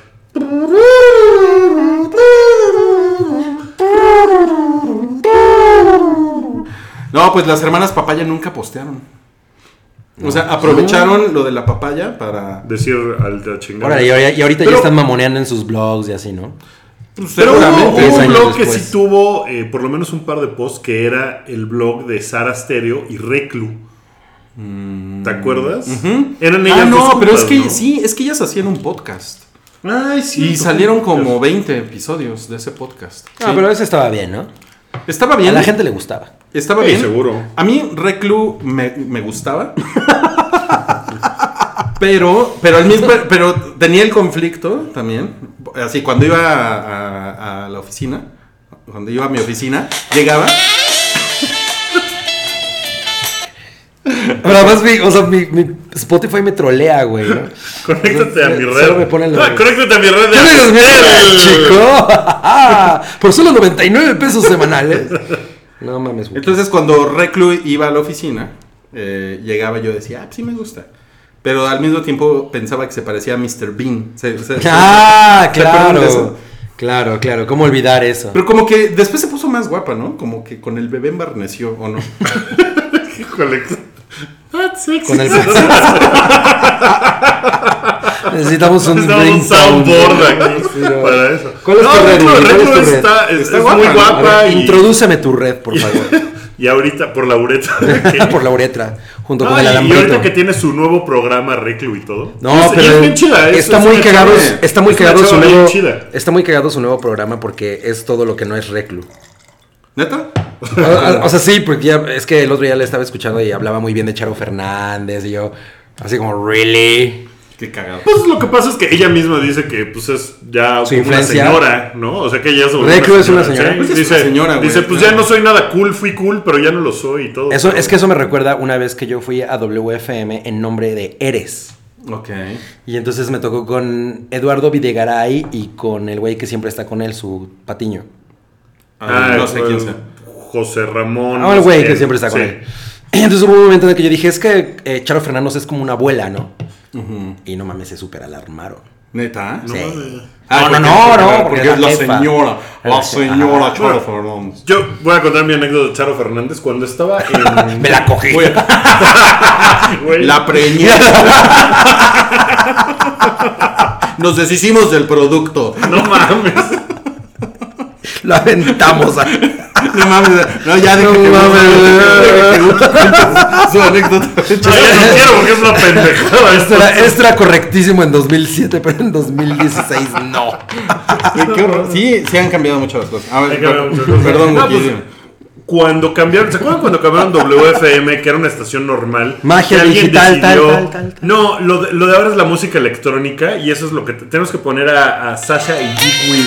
Speaker 4: No, pues las hermanas papaya nunca postearon. O sea, aprovecharon lo de la papaya para...
Speaker 3: Decir al de la chingada.
Speaker 2: Órale, y, ahora- y ahorita ya
Speaker 4: Pero-
Speaker 2: están mamoneando en sus blogs y así, ¿no?
Speaker 3: Pero hubo,
Speaker 4: pues, seguramente.
Speaker 3: hubo
Speaker 2: Tres
Speaker 3: un
Speaker 2: años
Speaker 3: blog que
Speaker 2: después.
Speaker 3: sí tuvo eh, por lo menos un par de posts que era el blog de Sara Stereo y Reclu.
Speaker 2: Mm.
Speaker 3: ¿Te acuerdas? Eran ellas
Speaker 4: Ah,
Speaker 3: dos
Speaker 4: no, pero
Speaker 3: juntas,
Speaker 4: es que
Speaker 3: ¿no?
Speaker 4: sí, es que ellas hacían un podcast.
Speaker 3: Ay, sí.
Speaker 4: Y salieron como 20 episodios de ese podcast.
Speaker 2: Ah, pero ese estaba bien, ¿no?
Speaker 4: Estaba
Speaker 2: A
Speaker 4: bien.
Speaker 2: la gente le gustaba.
Speaker 4: Estaba
Speaker 3: Sí,
Speaker 4: bien.
Speaker 3: seguro.
Speaker 4: A mí Reclu me, me gustaba. pero, pero al mismo, pero tenía el conflicto también. Así, cuando iba a, a- a la oficina, cuando iba a mi oficina, llegaba.
Speaker 2: Ahora más mi, o sea, mi, mi Spotify me trolea, güey. ¿no?
Speaker 3: Conéctate a mi
Speaker 2: Solo
Speaker 3: red.
Speaker 2: me ponen la-
Speaker 3: Ah, conéctate a mi red. de
Speaker 2: ¡Ya me
Speaker 3: Axtel.
Speaker 2: desmientan, chico! Por solo 99 pesos semanales. No mames, güey.
Speaker 4: Entonces, cuando Reclu iba a la oficina, eh, llegaba yo decía, ah, sí me gusta. Pero al mismo tiempo pensaba que se parecía a Mr. Bean. Se- se- se-
Speaker 2: Ah,
Speaker 4: ¿se acuerdan de
Speaker 2: claro.
Speaker 4: eso?
Speaker 2: Claro, claro. ¿Cómo olvidar eso?
Speaker 4: Pero como que después se puso más guapa, ¿no? Como que con el bebé embarneció, ¿o no?
Speaker 3: Híjole.
Speaker 2: Con el Necesitamos un
Speaker 3: Necesitamos un
Speaker 2: ringtone.
Speaker 3: soundboard aquí
Speaker 2: Sí, no.
Speaker 3: para eso.
Speaker 2: ¿Cuál es
Speaker 3: No,
Speaker 2: tu red?
Speaker 3: Reclu-
Speaker 2: güey? ¿Cuál
Speaker 3: Reclu
Speaker 2: es tu red?
Speaker 3: está- es-
Speaker 4: Está
Speaker 3: es
Speaker 4: guapa,
Speaker 3: muy
Speaker 4: ¿no?
Speaker 2: A ver,
Speaker 3: guapa. y-
Speaker 2: Introdúceme tu red, por favor.
Speaker 3: Y ahorita, por la ureta.
Speaker 2: por la uretra, junto con
Speaker 3: Ah,
Speaker 2: el
Speaker 3: y
Speaker 2: alambrito.
Speaker 3: ahorita que tiene su nuevo programa Reclu y todo.
Speaker 2: No,
Speaker 3: Y es- y
Speaker 2: pero
Speaker 3: es bien chida, es-
Speaker 2: está
Speaker 3: es
Speaker 2: muy
Speaker 3: una
Speaker 2: cagado,
Speaker 3: chava-
Speaker 2: está muy
Speaker 3: es una
Speaker 2: cagado su
Speaker 3: chava bien
Speaker 2: nuevo,
Speaker 3: chida.
Speaker 2: está muy cagado su nuevo programa porque es todo lo que no es reclu.
Speaker 4: ¿Neta?
Speaker 2: O, o- o sea, sí, porque ya, es que el otro día le estaba escuchando y hablaba muy bien de Charo Fernández y yo así como really.
Speaker 4: Qué cagado.
Speaker 3: Pues lo que pasa es que ella misma dice que pues es ya
Speaker 2: Su
Speaker 3: como una
Speaker 2: influencia.
Speaker 3: señora, ¿no? O sea que ella es
Speaker 2: Reclu es una señora.
Speaker 3: sí.
Speaker 4: Pues es
Speaker 3: dice,
Speaker 4: una señora, güey,
Speaker 3: dice, pues
Speaker 4: claro.
Speaker 3: ya no soy nada cool, fui cool, pero ya no lo soy y todo.
Speaker 2: Eso
Speaker 3: Pero-
Speaker 2: es que eso me recuerda una vez que yo fui a WFM en nombre de Eres.
Speaker 4: Ok.
Speaker 2: Y entonces me tocó con Eduardo Videgaray y con el güey que siempre está con él, su patiño.
Speaker 4: Ah,
Speaker 3: Ah,
Speaker 4: no sé
Speaker 3: el-
Speaker 4: quién sea.
Speaker 3: José Ramón.
Speaker 2: Ah,
Speaker 3: no
Speaker 2: el
Speaker 3: sé
Speaker 2: güey que
Speaker 3: quién.
Speaker 2: siempre está con
Speaker 3: Sí.
Speaker 2: él. Y entonces hubo un momento en el que yo dije, es que eh, Charo Fernández es como una abuela, ¿no? Y no mames, se super alarmaron.
Speaker 4: ¿Neta?
Speaker 2: Sí. no,
Speaker 4: Ah, porque-
Speaker 2: no, no, no,
Speaker 4: Porque,
Speaker 2: era
Speaker 4: es la
Speaker 2: jefa.
Speaker 4: señora.
Speaker 2: Era
Speaker 4: La
Speaker 2: la jefa.
Speaker 4: señora
Speaker 2: Ajá.
Speaker 4: Charo Fernández.
Speaker 3: Yo voy a contar mi anécdota de Charo Fernández cuando estaba en.
Speaker 2: Me la cogí.
Speaker 4: Güey,
Speaker 3: güey,
Speaker 4: La preñé. Nos deshicimos del producto.
Speaker 3: No mames.
Speaker 2: Lo aventamos. a-
Speaker 4: No mames. No, ya deja
Speaker 2: No
Speaker 4: que
Speaker 2: mames.
Speaker 4: mames. Su anécdota.
Speaker 3: No, ya no quiero porque es una pendejada.
Speaker 2: Esto
Speaker 3: Esto
Speaker 2: era, esto era correctísimo en 2007, pero en 2016 no.
Speaker 4: Güey, qué horror. Sí, sí han cambiado muchas las cosas. A ver,
Speaker 3: Han cambiado
Speaker 4: per-
Speaker 3: muchas cosas.
Speaker 4: perdón,
Speaker 3: Ah,
Speaker 4: Wookie.
Speaker 3: pues, cuando cambiaron, ¿se acuerdan cuando cambiaron WFM, que era una estación normal?
Speaker 2: Magia
Speaker 3: Que alguien
Speaker 2: digital, tal, tal, tal, tal.
Speaker 3: No, lo de, lo de ahora es la música electrónica y eso es lo que te- tenemos que poner a, a Sasha y Digweed.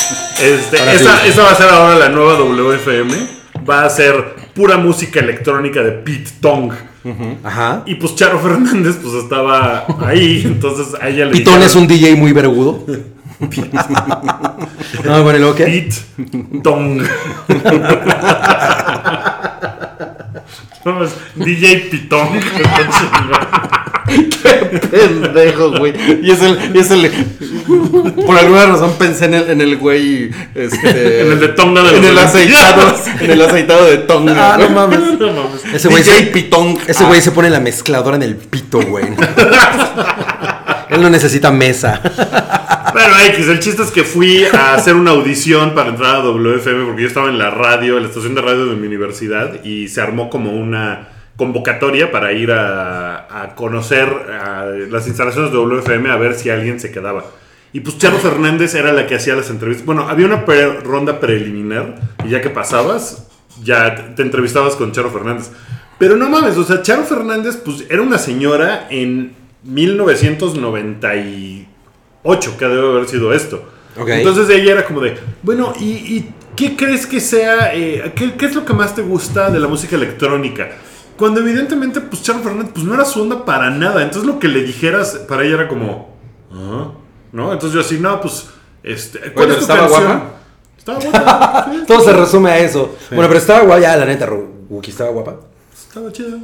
Speaker 3: este,
Speaker 2: Ahora sí.
Speaker 3: esa, esa va a ser ahora la nueva WFM. Va a ser pura música electrónica de Pete Tong.
Speaker 2: Ajá.
Speaker 3: Y pues Charo Fernández pues estaba ahí, entonces a ella le
Speaker 2: Pitón
Speaker 3: dijeron,
Speaker 2: es un DJ muy vergudo. no, bueno, ¿y luego qué?
Speaker 3: Pete Tong. Vamos, DJ Pitong.
Speaker 4: Pendejo, güey. Y es el, y es el. Por alguna razón pensé en el, en el güey. Este,
Speaker 3: En el de Tonga de los
Speaker 4: En el
Speaker 3: Olímpicos.
Speaker 4: aceitado. en el aceitado de Tonga.
Speaker 2: Ah, no
Speaker 4: güey.
Speaker 2: mames.
Speaker 3: No mames.
Speaker 2: Ese güey
Speaker 4: DJ Ah.
Speaker 2: se-
Speaker 4: Pitón.
Speaker 2: Ese güey se pone la mezcladora en el pito, güey. Él no necesita mesa.
Speaker 3: Pero X, el chiste es que fui a hacer una audición para entrar a WFM porque yo estaba en la radio, en la estación de radio de mi universidad y se armó como una convocatoria para ir a, a conocer a las instalaciones de WFM a ver si alguien se quedaba. Y pues Charo Fernández era la que hacía las entrevistas. Bueno, había una pre- ronda preliminar y ya que pasabas, ya te- te entrevistabas con Charo Fernández. Pero no mames, o sea, Charo Fernández pues era una señora en 1990 y 8, que debe haber sido esto.
Speaker 2: Ok.
Speaker 3: Entonces ella era como de, bueno, ¿y, y qué crees que sea, eh, qué, qué es lo que más te gusta de la música electrónica? Cuando evidentemente, pues Charo Fernández, pues no era su onda para nada. Entonces lo que le dijeras para ella era como, "Ah", ¿no? Entonces yo así, no, pues, este, ¿cuál
Speaker 4: Oye,
Speaker 3: es tu
Speaker 4: ¿estaba
Speaker 3: canción?"
Speaker 4: guapa?
Speaker 3: Estaba guapa. sí,
Speaker 2: Todo se resume a eso. Bueno, pero estaba guapa, ya, la neta, Ru- Wookie estaba guapa.
Speaker 3: estaba chido.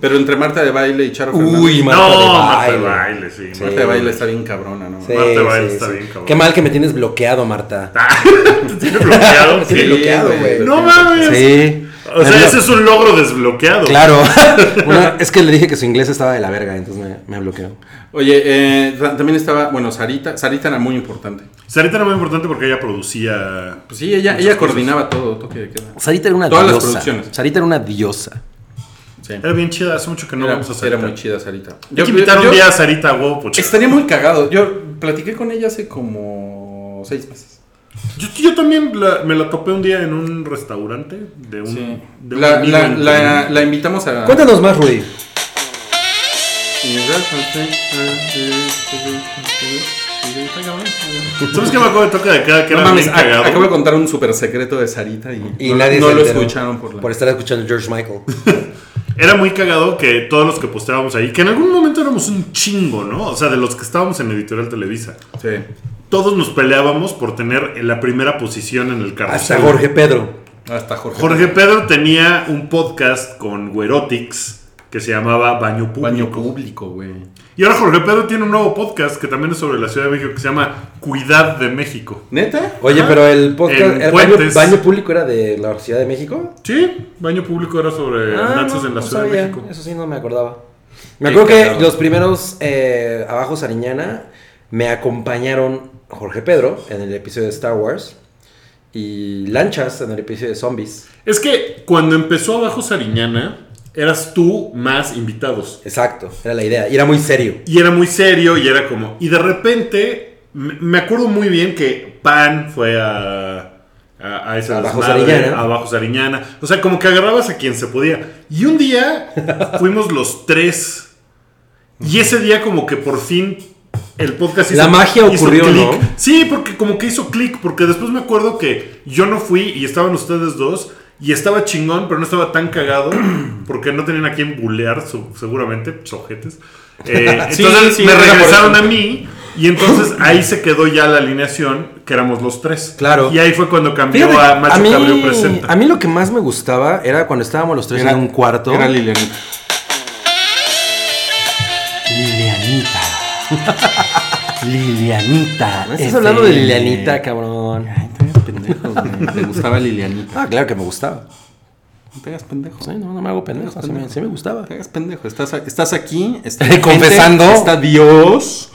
Speaker 4: Pero entre Marta de baile y Charo Fernández.
Speaker 2: Uy, Marta de
Speaker 3: no, Marta de
Speaker 2: baile.
Speaker 3: baile, sí.
Speaker 2: Sí.
Speaker 4: Marta de baile está bien cabrona, ¿no?
Speaker 2: Sí,
Speaker 3: Marta de baile
Speaker 2: sí,
Speaker 3: está
Speaker 2: sí.
Speaker 3: bien, cabrón.
Speaker 2: Qué mal que me tienes bloqueado, Marta.
Speaker 3: Marta. Te tiene bloqueado.
Speaker 2: Me tienes
Speaker 3: sí.
Speaker 2: bloqueado,
Speaker 4: güey.
Speaker 2: güey.
Speaker 3: No mames.
Speaker 2: Sí.
Speaker 3: O
Speaker 2: Me
Speaker 3: sea,
Speaker 2: blo-
Speaker 3: ese es un logro desbloqueado.
Speaker 2: Claro. Una- es que le dije que su inglés estaba de la verga, entonces me, me bloqueó.
Speaker 4: Oye, eh, ta- también estaba, bueno, Sarita. Sarita era muy importante.
Speaker 3: Sarita era muy importante porque ella producía.
Speaker 4: Pues sí, ella, ella coordinaba todo, toque de queda.
Speaker 2: Sarita era una
Speaker 4: Todas las
Speaker 2: diosa.
Speaker 4: producciones.
Speaker 2: Sarita era una diosa.
Speaker 4: Sí.
Speaker 3: Era bien chida, hace mucho que no
Speaker 4: era,
Speaker 3: vamos a
Speaker 4: era
Speaker 3: Sarita.
Speaker 4: muy chida Sarita.
Speaker 3: Hay que invitar
Speaker 4: yo- Este-
Speaker 3: un día a pues, Sarita Wow, pucha.
Speaker 4: Estaría muy cagado. Yo platiqué con ella hace como seis meses.
Speaker 3: Yo, yo también la- me la topé un día en un restaurante de un.
Speaker 4: Sí.
Speaker 3: de un
Speaker 4: La,
Speaker 3: amigo
Speaker 4: la-
Speaker 3: en
Speaker 4: la-
Speaker 3: común.
Speaker 4: la invitamos a.
Speaker 2: Cuéntanos más, Rudy.
Speaker 3: ¿Sabes qué me acuerdo de toca de cada que
Speaker 4: No
Speaker 3: era
Speaker 4: mames,
Speaker 3: bien
Speaker 4: a-
Speaker 3: cagado?
Speaker 4: acabo de contar un super secreto de Sarita y,
Speaker 2: Y
Speaker 4: no,
Speaker 2: nadie
Speaker 4: no
Speaker 2: se
Speaker 4: lo
Speaker 2: enteró
Speaker 4: escucharon por la.
Speaker 2: Por estar escuchando a George Michael.
Speaker 3: Era muy cagado que todos los que posteábamos ahí, que en algún momento éramos un chingo, ¿no? O sea, de los que estábamos en Editorial Televisa.
Speaker 4: Sí.
Speaker 3: Todos nos peleábamos por tener la primera posición en el
Speaker 4: Ah,
Speaker 3: carrusel.
Speaker 2: Hasta Jorge Pedro.
Speaker 4: Hasta Jorge.
Speaker 3: Jorge Pedro tenía un podcast con Güerotics que se llamaba Baño Público.
Speaker 4: Baño público, güey.
Speaker 3: Y ahora Jorge Pedro tiene un nuevo podcast que también es sobre la Ciudad de México que se llama Cuidad de México.
Speaker 4: ¿Neta?
Speaker 2: Oye,
Speaker 3: Ajá.
Speaker 2: pero el podcast.
Speaker 3: En
Speaker 2: ¿El baño,
Speaker 3: Puentes.
Speaker 2: baño público era de la Ciudad de México?
Speaker 3: Sí, Baño Público era sobre andanzas en la Ciudad de
Speaker 2: Ah, sabía.
Speaker 3: México.
Speaker 2: Eso sí, no me acordaba. Me
Speaker 4: Qué
Speaker 2: acuerdo
Speaker 4: cagado.
Speaker 2: que los primeros eh, Abajo Sariñana me acompañaron Jorge Pedro en el episodio de Star Wars y Lanchas en el episodio de Zombies.
Speaker 3: Es que cuando empezó Abajo Sariñana, eras tú más invitados.
Speaker 2: Exacto, era la idea. Y era muy serio.
Speaker 3: Y era muy serio y era como... Y de repente, me me acuerdo muy bien que Pan fue a... A, a ese
Speaker 2: A Bajo
Speaker 3: desmadre,
Speaker 2: Sariñana.
Speaker 3: a Bajo Sariñana. O sea, como que agarrabas a quien se podía. Y un día fuimos los tres. Y ese día como que por fin el podcast
Speaker 2: La magia
Speaker 3: hizo
Speaker 2: ocurrió,
Speaker 3: clic.
Speaker 2: ¿no?
Speaker 3: Sí, porque como que hizo clic. Porque después me acuerdo que yo no fui y estaban ustedes dos. Y estaba chingón, pero no estaba tan cagado. Porque no tenían a quien bulear, su- seguramente, sojetes.
Speaker 4: Sí,
Speaker 3: entonces
Speaker 4: sí,
Speaker 3: me
Speaker 4: era por
Speaker 3: regresaron a
Speaker 4: eso.
Speaker 3: mí. Y entonces ahí se quedó ya la alineación, que éramos los tres.
Speaker 2: Claro.
Speaker 3: Y ahí fue cuando cambió
Speaker 2: Fíjate,
Speaker 3: a Macho
Speaker 2: a, mí,
Speaker 3: Cabrío Presenta.
Speaker 2: a mí lo que más me gustaba era cuando estábamos los tres
Speaker 4: Era-
Speaker 2: en un cuarto.
Speaker 4: Era Lilianita.
Speaker 2: Lilianita. Lilianita. Ah, No estás hablando de Lilianita, cabrón.
Speaker 4: Pendejo, güey. Te gustaba Lilianita.
Speaker 2: Ah, claro que me gustaba.
Speaker 4: No te hagas pendejo.
Speaker 2: Sí, no, no me hago pendejo. Sí me, sí me gustaba.
Speaker 4: No te hagas pendejo. Estás, a- estás aquí. Está enfrente,
Speaker 2: Confesando.
Speaker 4: Está Dios.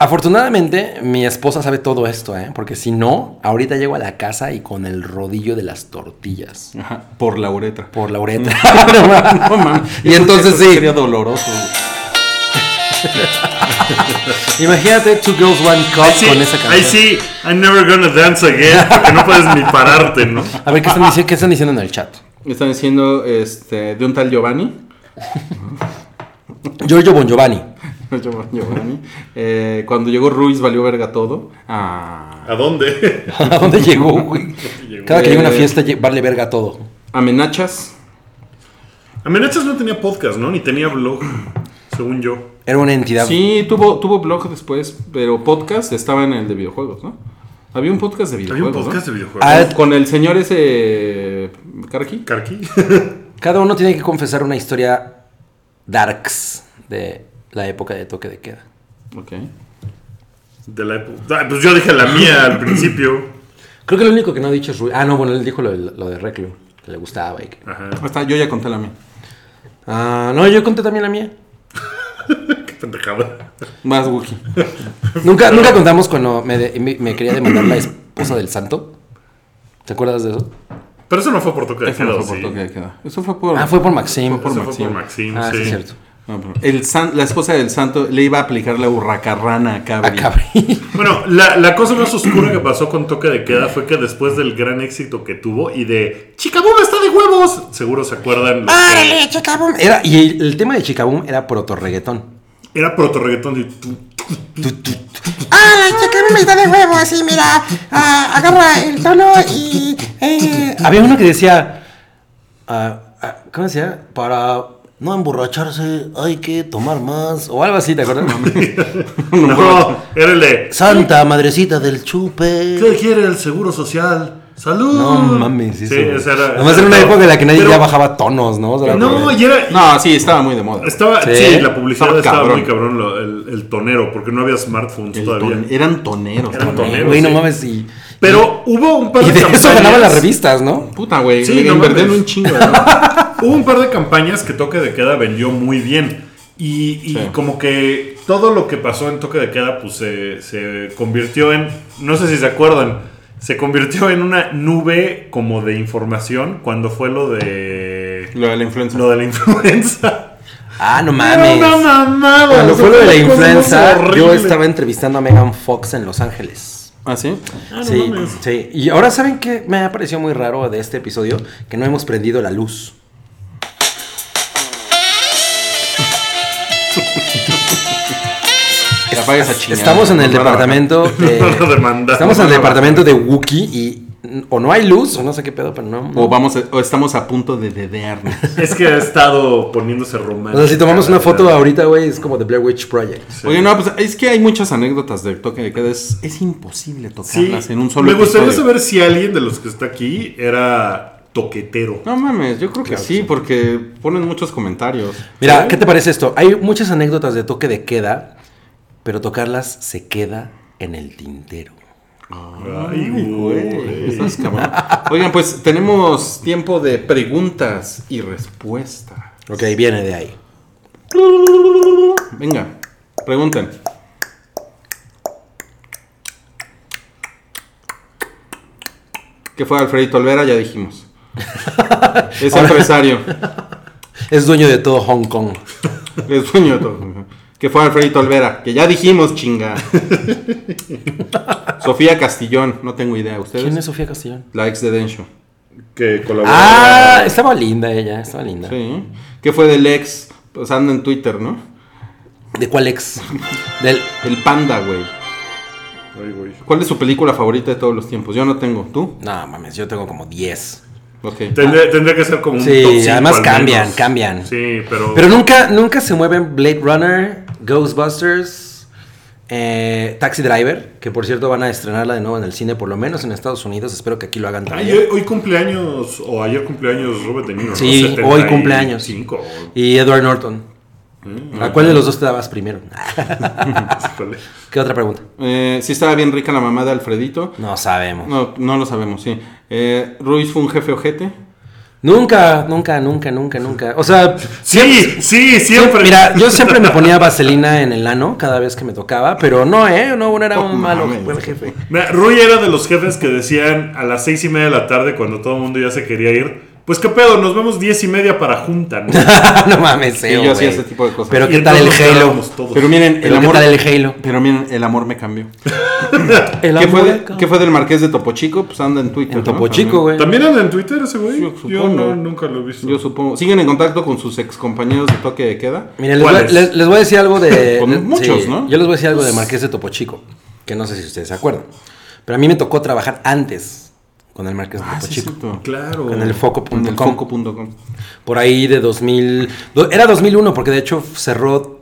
Speaker 2: Afortunadamente, mi esposa sabe todo esto, ¿eh? Porque si no, ahorita llego a la casa y con el rodillo de las tortillas.
Speaker 4: Ajá, por la uretra.
Speaker 2: Por la uretra.
Speaker 4: No mames.
Speaker 2: Y
Speaker 4: Eso-
Speaker 2: entonces
Speaker 4: eso
Speaker 2: sí.
Speaker 4: Sería doloroso. güey.
Speaker 2: Imagínate Two Girls One Cup
Speaker 3: Ahí sí,
Speaker 2: con esa canción.
Speaker 3: ahí sí, I'm never gonna dance again, porque no puedes ni pararte, ¿no?
Speaker 2: A ver, ¿qué
Speaker 3: Ah,
Speaker 2: están, diciendo, ¿qué están diciendo en el chat?
Speaker 4: Me Están diciendo este, de un tal Giovanni.
Speaker 2: Giorgio Bon Giovanni.
Speaker 4: Giovanni, Giovanni. Eh, cuando llegó Ruiz valió verga todo. Ah.
Speaker 3: ¿A dónde?
Speaker 2: ¿A dónde llegó, güey? Cada que llega una
Speaker 4: Eh.
Speaker 2: fiesta lle- vale verga todo.
Speaker 4: Amenachas.
Speaker 3: Amenazas no tenía podcast, ¿no? Ni tenía blog, según yo.
Speaker 2: Era una entidad.
Speaker 4: Sí, tuvo, tuvo blog después, pero podcast estaba en el de videojuegos, ¿no? Había un podcast de
Speaker 3: Había un
Speaker 4: videojuegos.
Speaker 3: podcast de
Speaker 4: ¿no?
Speaker 3: videojuegos.
Speaker 2: Ah,
Speaker 4: Con el señor ese. Karki.
Speaker 3: Carqui.
Speaker 2: Cada uno tiene que confesar una historia darks de la época de toque de queda.
Speaker 4: Ok.
Speaker 3: De la época. Ah, pues yo dije la mía al principio.
Speaker 2: Creo que lo único que no ha dicho es Rui. Ah, no, bueno, él dijo lo, de- lo de Reclu, que le gustaba y que-
Speaker 3: Ajá.
Speaker 4: Ahí está, yo ya conté la mía.
Speaker 2: Ah, no, yo conté también la mía.
Speaker 3: Qué pendejada.
Speaker 4: Más Wookie.
Speaker 2: Nunca, nunca contamos cuando me, de- me- me quería demandar la esposa del santo. ¿Te acuerdas de eso?
Speaker 3: Pero eso no fue por toque de
Speaker 4: Eso no
Speaker 3: queda,
Speaker 4: fue
Speaker 3: ¿o
Speaker 4: por
Speaker 3: sí?
Speaker 4: toque de queda. Eso fue por.
Speaker 2: Ah, fue por Maxim.
Speaker 4: por
Speaker 3: Eso fue por
Speaker 4: Maxim.
Speaker 3: Maxim,
Speaker 2: Ah, sí,
Speaker 3: sí.
Speaker 2: es cierto.
Speaker 4: No, pero el san- la esposa del santo le iba a aplicar la hurracarrana a Cabri.
Speaker 2: Ah, cabrón.
Speaker 3: Bueno, la, la cosa más oscura que pasó con Toque de Queda fue que después del gran éxito que tuvo y de ¡Chicaboom está de huevos! Seguro se acuerdan. los que-
Speaker 2: ¡Órale, Chicaboom! Era, y el, el tema de Chicaboom era proto-reggaetón.
Speaker 3: Era proto reggaetón de tú.
Speaker 8: ¡Ah, la chica me está de huevo! Así, mira, ah, agarra el tono y... eh,
Speaker 2: Había uno que decía. ah, ah, ¿Cómo decía? Para no emborracharse hay que tomar más. O algo así, ¿te acuerdas?
Speaker 3: No, era el de
Speaker 2: Santa madrecita del chupe.
Speaker 3: ¿Qué quiere el seguro social? ¡Salud!
Speaker 2: No mames, sí,
Speaker 3: Sí,
Speaker 2: sí.
Speaker 3: esa era.
Speaker 2: Nomás
Speaker 3: esa
Speaker 2: era una
Speaker 3: todo.
Speaker 2: época en la que nadie
Speaker 3: Pero-
Speaker 2: ya bajaba tonos, ¿no? O sea,
Speaker 3: No,
Speaker 2: era-
Speaker 3: y era.
Speaker 4: No, sí, estaba muy de moda.
Speaker 3: Estaba,
Speaker 2: Sí.
Speaker 3: sí, la publicidad
Speaker 4: Estaba
Speaker 3: estaba
Speaker 4: cabrón.
Speaker 3: muy cabrón, lo- el, el tonero, porque no había smartphones
Speaker 4: El
Speaker 3: todavía.
Speaker 4: ton- eran toneros.
Speaker 3: Eran
Speaker 4: cabrón.
Speaker 3: toneros.
Speaker 2: Güey, no
Speaker 3: sí.
Speaker 2: mames. Y,
Speaker 3: Pero hubo un par
Speaker 2: y
Speaker 3: de
Speaker 2: de eso
Speaker 3: campañas-
Speaker 2: ganaban las revistas, ¿no?
Speaker 4: Puta, güey.
Speaker 3: Sí,
Speaker 4: le
Speaker 3: no
Speaker 4: invertían
Speaker 3: mames.
Speaker 4: un chingo. ¿no?
Speaker 3: Hubo un par de campañas que Toque de Queda vendió muy bien. Y, y
Speaker 4: Sí.
Speaker 3: como que todo lo que pasó en Toque de Queda, pues se, se convirtió en. No sé si se acuerdan. Se convirtió en una nube como de información cuando fue lo de.
Speaker 4: Lo de la influenza.
Speaker 3: Lo de la influenza.
Speaker 2: Ah, no
Speaker 3: Era
Speaker 2: mames.
Speaker 3: una mamada.
Speaker 2: Cuando
Speaker 3: o sea,
Speaker 2: fue lo de la
Speaker 3: una cosa más
Speaker 2: influenza, yo
Speaker 3: horrible.
Speaker 2: estaba entrevistando a Megan Fox en Los Ángeles.
Speaker 4: ¿Ah, sí?
Speaker 2: Sí, sí. Y ahora saben que me ha parecido muy raro de este episodio que no hemos prendido la luz.
Speaker 4: Que apague esa chingada.
Speaker 2: Estamos en el
Speaker 4: Nos van a
Speaker 2: departamento de,
Speaker 3: Nos van a demandar.
Speaker 2: estamos en el
Speaker 3: Nos van a
Speaker 2: departamento de Wookiee y mm, o no hay luz o no sé qué pedo, pero no.
Speaker 4: bajar. O, vamos a- o estamos a punto de dedearnos.
Speaker 3: Es que ha estado poniéndose
Speaker 2: o
Speaker 3: romántico.
Speaker 2: sea, si tomamos una foto ahorita, güey, es como The Blair Witch Project.
Speaker 4: Oye, no, pues es que hay muchas anécdotas del toque de queda. Es, es imposible
Speaker 3: Sí,
Speaker 4: tocarlas en un solo
Speaker 3: me gustaría
Speaker 4: episodio.
Speaker 3: saber si alguien de los que está aquí era toquetero.
Speaker 4: No mames, yo creo que sí, porque ponen muchos comentarios.
Speaker 2: Mira, ¿qué te parece esto? Hay muchas anécdotas de toque de queda, pero tocarlas se queda en el tintero.
Speaker 3: Ay, güey.
Speaker 4: Estás cabrón. Oigan, pues tenemos tiempo de preguntas y respuestas.
Speaker 2: Ok, viene de ahí.
Speaker 4: Venga, pregunten. ¿Qué fue Alfredito Olvera? Ya dijimos. Es empresario.
Speaker 2: Es dueño de todo Hong Kong.
Speaker 4: Es sueño de todo. Que fue Alfredito Olvera, que ya dijimos, chinga. Sofía Castillón, no tengo idea. ¿Ustedes?
Speaker 2: ¿Quién es Sofía Castellón?
Speaker 4: La ex de Densho.
Speaker 3: Que colaboró.
Speaker 2: Ah, estaba linda ella, estaba linda.
Speaker 4: Sí. ¿Qué fue del ex? Pues anda en Twitter, ¿no?
Speaker 2: ¿De cuál ex? Del.
Speaker 4: El panda, güey.
Speaker 3: Ay, güey.
Speaker 4: ¿Cuál es su película favorita de todos los tiempos? Yo no tengo. ¿Tú?
Speaker 2: No, mames, yo tengo como 10.
Speaker 4: Ok.
Speaker 3: Tendría, tendría que ser como un
Speaker 2: Sí,
Speaker 3: top cinco
Speaker 2: además
Speaker 3: al
Speaker 2: cambian,
Speaker 3: menos.
Speaker 2: cambian.
Speaker 3: Sí, pero.
Speaker 2: Pero nunca, nunca se mueven Blade Runner, Ghostbusters, eh, Taxi Driver, que por cierto van a estrenarla de nuevo en el cine, por lo menos en Estados Unidos. Espero que aquí lo hagan
Speaker 3: Ay,
Speaker 2: también.
Speaker 3: hoy, hoy cumpleaños, o ayer cumpleaños Robert De Niro. ¿no?
Speaker 2: Sí,
Speaker 3: 75.
Speaker 2: hoy cumpleaños. Y Edward Norton.
Speaker 3: Mm,
Speaker 2: ¿A cuál de los dos te dabas primero?
Speaker 3: Híjole.
Speaker 2: ¿Qué otra pregunta?
Speaker 4: Eh, sí estaba bien rica la mamá de Alfredito.
Speaker 2: No sabemos.
Speaker 4: No, no lo sabemos, sí. Eh, ¿Ruiz fue un jefe ojete?
Speaker 2: Nunca, nunca, nunca, nunca, nunca. O sea,
Speaker 3: Sí, sí, siempre.
Speaker 2: Mira, yo siempre me ponía vaselina en el ano cada vez que me tocaba, pero no, ¿eh? No, uno era
Speaker 4: Oh,
Speaker 2: un malo
Speaker 4: mames.
Speaker 2: buen jefe.
Speaker 3: Mira, Rui era de los jefes que decían a las seis y media de la tarde, cuando todo el mundo ya se quería ir, Pues qué pedo, nos vemos diez y media para junta, ¿no?
Speaker 2: no mames, eh,
Speaker 4: Y yo hacía
Speaker 2: güey.
Speaker 4: ese tipo de cosas.
Speaker 2: Pero
Speaker 3: Y
Speaker 2: qué tal el
Speaker 3: entonces nos
Speaker 2: Halo.
Speaker 3: quedábamos todos.
Speaker 4: Pero miren,
Speaker 2: Pero
Speaker 4: el
Speaker 2: qué
Speaker 4: amor.
Speaker 2: tal el Halo.
Speaker 4: Pero miren, el amor me cambió.
Speaker 2: El
Speaker 4: ¿Qué,
Speaker 2: amor
Speaker 4: fue,
Speaker 2: acá.
Speaker 4: de- ¿Qué fue del marqués de Topo Chico? Pues anda en Twitter.
Speaker 2: En
Speaker 4: ¿no?
Speaker 2: Topo
Speaker 4: También.
Speaker 2: Chico, güey.
Speaker 3: ¿También anda en Twitter ese güey?
Speaker 4: Yo
Speaker 3: Yo
Speaker 4: supongo.
Speaker 3: no, nunca lo he visto.
Speaker 4: Yo supongo. ¿Siguen en contacto con sus ex compañeros de toque de queda?
Speaker 2: Miren, les
Speaker 3: ¿Cuál
Speaker 2: voy,
Speaker 3: es?
Speaker 2: les- les voy a decir algo de.
Speaker 4: Con
Speaker 2: de-
Speaker 4: muchos, ¿no?
Speaker 2: Yo les voy a decir
Speaker 3: Pues-
Speaker 2: algo de Marqués de Topo Chico, que no sé si ustedes se acuerdan. Pero a mí me tocó trabajar antes con el Marqués de
Speaker 4: Ah,
Speaker 2: Topo
Speaker 4: sí,
Speaker 2: Chico.
Speaker 4: cierto.
Speaker 3: Claro.
Speaker 2: Con el
Speaker 4: En el
Speaker 2: foco.com.
Speaker 4: foco.com.
Speaker 2: Por ahí de 2000. do- Era 2001, porque de hecho cerró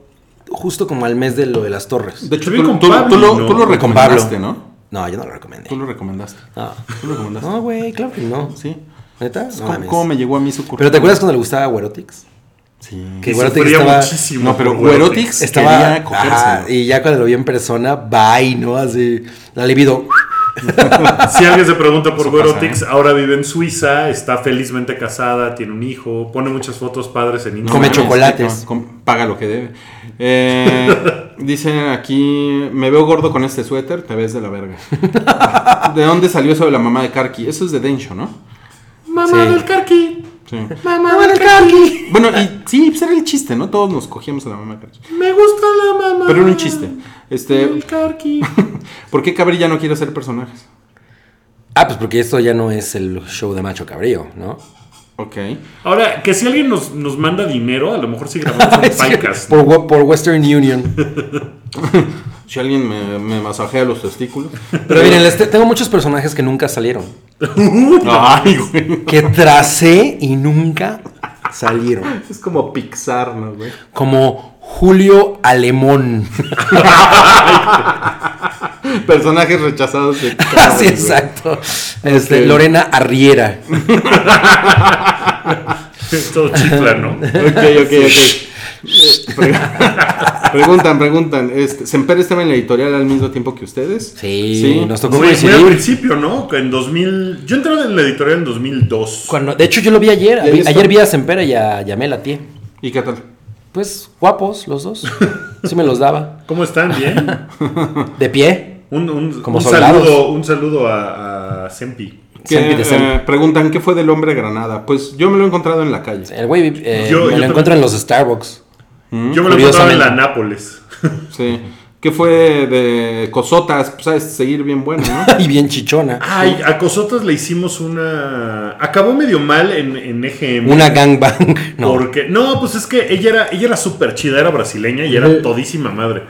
Speaker 2: justo como al mes de lo de las torres.
Speaker 4: De hecho,
Speaker 3: Yo vi
Speaker 4: tú,
Speaker 3: con
Speaker 4: tú-
Speaker 3: Pablo,
Speaker 4: tú lo,
Speaker 3: ¿no?
Speaker 4: tú lo
Speaker 3: Con
Speaker 2: Con
Speaker 4: recomendaste,
Speaker 2: Pablo.
Speaker 4: ¿no?
Speaker 2: No, yo no lo recomendé.
Speaker 4: Tú lo recomendaste.
Speaker 2: No.
Speaker 4: Tú lo recomendaste.
Speaker 2: Ah. No, güey, claro que no.
Speaker 4: Sí.
Speaker 2: ¿Neta?
Speaker 4: Es
Speaker 2: No
Speaker 4: como-
Speaker 2: mames.
Speaker 4: ¿Cómo me llegó a mí su currículum?
Speaker 2: Pero ¿te acuerdas cuando le gustaba Werotix?
Speaker 4: Sí.
Speaker 2: Que
Speaker 3: Y
Speaker 2: Werotix
Speaker 3: sufría
Speaker 2: estaba.
Speaker 3: muchísimo.
Speaker 4: No, pero
Speaker 3: por
Speaker 4: Werotix
Speaker 2: Estaba.
Speaker 4: quería cogerse.
Speaker 2: ajá, y ya cuando lo vi en persona, bye, ¿no? Así. La libido.
Speaker 3: Si alguien se pregunta por
Speaker 4: Eso pasa, ¿eh?
Speaker 3: Werotix, ahora vive en Suiza, está felizmente casada, tiene un hijo, pone muchas fotos padres en
Speaker 2: Come
Speaker 3: Instagram.
Speaker 4: mames,
Speaker 2: chocolates.
Speaker 4: com- com- paga lo que debe. Eh, dice aquí, me veo gordo con este suéter, te ves de la verga. ¿De dónde salió eso de la mamá de Karki? Eso es de Densho, ¿no?
Speaker 2: Mamá del
Speaker 3: Carqui!
Speaker 4: Sí.
Speaker 2: Mamá del Carly.
Speaker 4: Bueno, y sí, pues era el chiste, ¿no? Todos nos cogíamos a la mamá de Karki.
Speaker 3: ¡Me gusta la mamá!
Speaker 4: Pero era un chiste. Este,
Speaker 3: Carqui!
Speaker 4: ¿Por qué Cabri ya no quiere hacer personajes?
Speaker 2: Ah, pues porque esto ya no es el show de Macho Cabrío, ¿no?
Speaker 4: Ok.
Speaker 3: Ahora, que si alguien nos, nos manda dinero, a lo mejor sí grabamos
Speaker 2: Es
Speaker 3: un
Speaker 2: que-
Speaker 3: podcast.
Speaker 2: por, we- por Western Union.
Speaker 4: Si alguien me, me masajea los testículos.
Speaker 2: Pero miren, les te- tengo muchos personajes que nunca salieron.
Speaker 4: Ay, güey.
Speaker 2: Que tracé y nunca salieron.
Speaker 4: Es como Pixar, ¿no, güey?
Speaker 2: Como Julio Alemón.
Speaker 4: Personajes rechazados de Cabri,
Speaker 2: Así
Speaker 4: güey.
Speaker 2: exacto. Este,
Speaker 4: Ok.
Speaker 2: Lorena Arriera.
Speaker 3: Todo chifla, ¿no?
Speaker 4: Ok, ok, ok. Eh, pre- preguntan, preguntan. Este, ¿Semper estaba en la editorial al mismo tiempo que ustedes?
Speaker 2: Sí, nos tocó
Speaker 3: Muy, muy
Speaker 2: coincidir.
Speaker 3: al principio, ¿no? En 2000... Yo entré en la editorial en 2002.
Speaker 2: Cuando, de hecho, yo lo vi ayer.
Speaker 4: ahí
Speaker 2: Vi-
Speaker 4: está.
Speaker 2: ayer vi a Sempera y a Yamela, tía.
Speaker 4: ¿Y qué tal?
Speaker 2: Pues guapos los dos. Sí me los daba.
Speaker 3: ¿Cómo están? ¿Bien?
Speaker 2: De pie.
Speaker 3: Un, un,
Speaker 2: Como
Speaker 3: un
Speaker 2: soldados.
Speaker 3: saludo, un saludo a, a Sempi.
Speaker 4: Que,
Speaker 2: Sempi de Sempi.
Speaker 4: eh, preguntan, ¿qué fue del hombre granada? Pues yo me lo he encontrado en la calle.
Speaker 2: El güey eh, me
Speaker 3: Yo- yo
Speaker 2: lo
Speaker 3: también.
Speaker 2: encuentro en los Starbucks.
Speaker 3: Yo me
Speaker 2: Mm,
Speaker 3: lo encontraba en
Speaker 2: Curiosamente.
Speaker 3: la Nápoles.
Speaker 4: Sí. ¿Qué fue de cosotas? Pues sabes, seguir bien bueno, ¿no?
Speaker 2: y bien chichona.
Speaker 3: Ay, a Cosotas le hicimos una. Acabó medio mal en, en E EGM.
Speaker 2: Una gangbang. No.
Speaker 3: Porque. No, pues es que ella era, ella era súper chida, era brasileña y era todísima madre.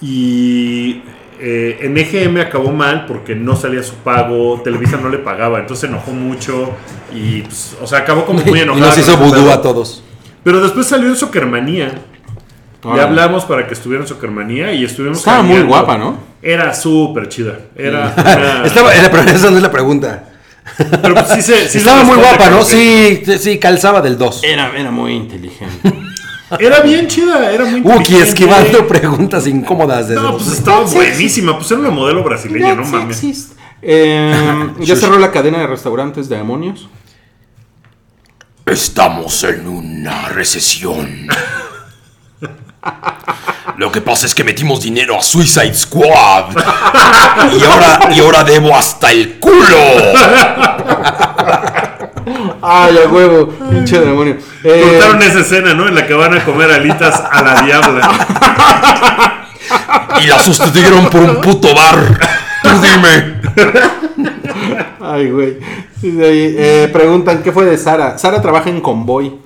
Speaker 3: Y. eh, en EGM acabó mal porque no salía su pago, Televisa no le pagaba, entonces se enojó mucho y, pues, o sea, acabó como muy
Speaker 2: y
Speaker 3: enojada.
Speaker 2: nos
Speaker 3: con
Speaker 2: hizo
Speaker 3: ese
Speaker 2: vudú
Speaker 3: pedo.
Speaker 2: a todos.
Speaker 3: Pero después salió en Soccermanía. Le
Speaker 4: Órale.
Speaker 3: hablamos para que estuviera en Soccermanía y estuvimos.
Speaker 4: Estaba muy
Speaker 3: cambiando.
Speaker 4: guapa, ¿no?
Speaker 3: Era súper chida. Era. una-
Speaker 2: Estaba, eh, pero esa no es la pregunta.
Speaker 3: pero pues sí se- sí se
Speaker 2: Estaba muy
Speaker 3: responde
Speaker 2: guapa,
Speaker 3: como
Speaker 2: ¿no?
Speaker 3: que-
Speaker 2: Sí, sí, sí, calzaba del 2.
Speaker 3: Eh,
Speaker 4: Era, era muy inteligente.
Speaker 3: Era bien chida, era muy
Speaker 2: Uki
Speaker 3: inteligente.
Speaker 2: esquivando preguntas incómodas desde
Speaker 3: eh. No,
Speaker 2: los-
Speaker 3: pues estaba buenísima. Pues era una modelo brasileña, no mames.
Speaker 4: Sexist. Eh, ya cerró la cadena de restaurantes de demonios.
Speaker 5: Estamos en una recesión. Lo que pasa es que metimos dinero a Suicide Squad. Y ahora, y ahora debo hasta el culo.
Speaker 4: ¡Ay, a Ah, huevo! ¡Pinche demonio! Eh,
Speaker 3: Cortaron esa escena, ¿no? En la que van a comer alitas a la diabla.
Speaker 5: Y la sustituyeron por un puto bar. Tú dime.
Speaker 4: Ay, güey. Sí, sí, eh, preguntan, ¿qué fue de Sara? Sara trabaja en Convoy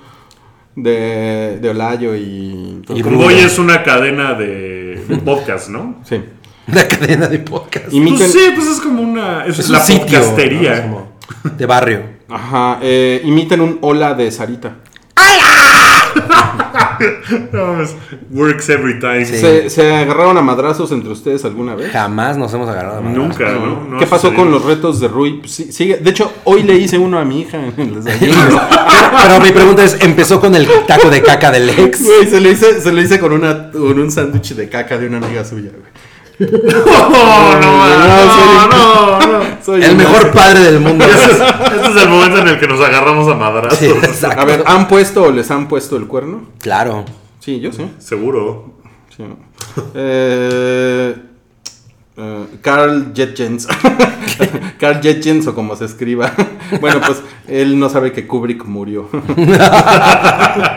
Speaker 4: de, de Olayo y...
Speaker 2: Y Bruno.
Speaker 3: Convoy es una cadena de de podcast, ¿no?
Speaker 4: Sí.
Speaker 2: la cadena de podcast.
Speaker 4: Imitan-
Speaker 3: Pues sí, pues es como una. Es,
Speaker 2: Es
Speaker 3: la
Speaker 2: un sitio.
Speaker 3: podcastería.
Speaker 2: ¿no? Es como De barrio.
Speaker 4: Ajá, eh, imitan un hola de Sarita.
Speaker 3: No mames, works every time.
Speaker 2: Sí.
Speaker 4: ¿Se, se agarraron a madrazos entre ustedes alguna vez?
Speaker 2: Jamás nos hemos agarrado a madrazos.
Speaker 3: Nunca, ¿no? No
Speaker 4: ¿Qué
Speaker 3: ha
Speaker 4: pasó
Speaker 3: sucedido.
Speaker 4: con los retos de Rui? Pues sí, sigue. De hecho, hoy le hice uno a mi hija en el desayuno.
Speaker 2: Pero mi pregunta es, ¿empezó con el taco de caca del ex?
Speaker 4: Güey, se le hice, se lo hice con, una, con un sándwich de caca de una amiga suya, güey.
Speaker 3: No, no, no, no, no.
Speaker 4: Soy
Speaker 2: El
Speaker 4: un
Speaker 2: mejor padre del mundo.
Speaker 3: Este es, este es el momento en el que nos agarramos a madrazos.
Speaker 2: Sí, exacto.
Speaker 4: A ver, ¿han puesto o les han puesto el cuerno?
Speaker 2: Claro.
Speaker 4: Sí, yo sí.
Speaker 3: Seguro.
Speaker 4: sí. Eh, eh, Carl Jetjens. Carl Jetjens o como se escriba. bueno, pues él no sabe que Kubrick murió.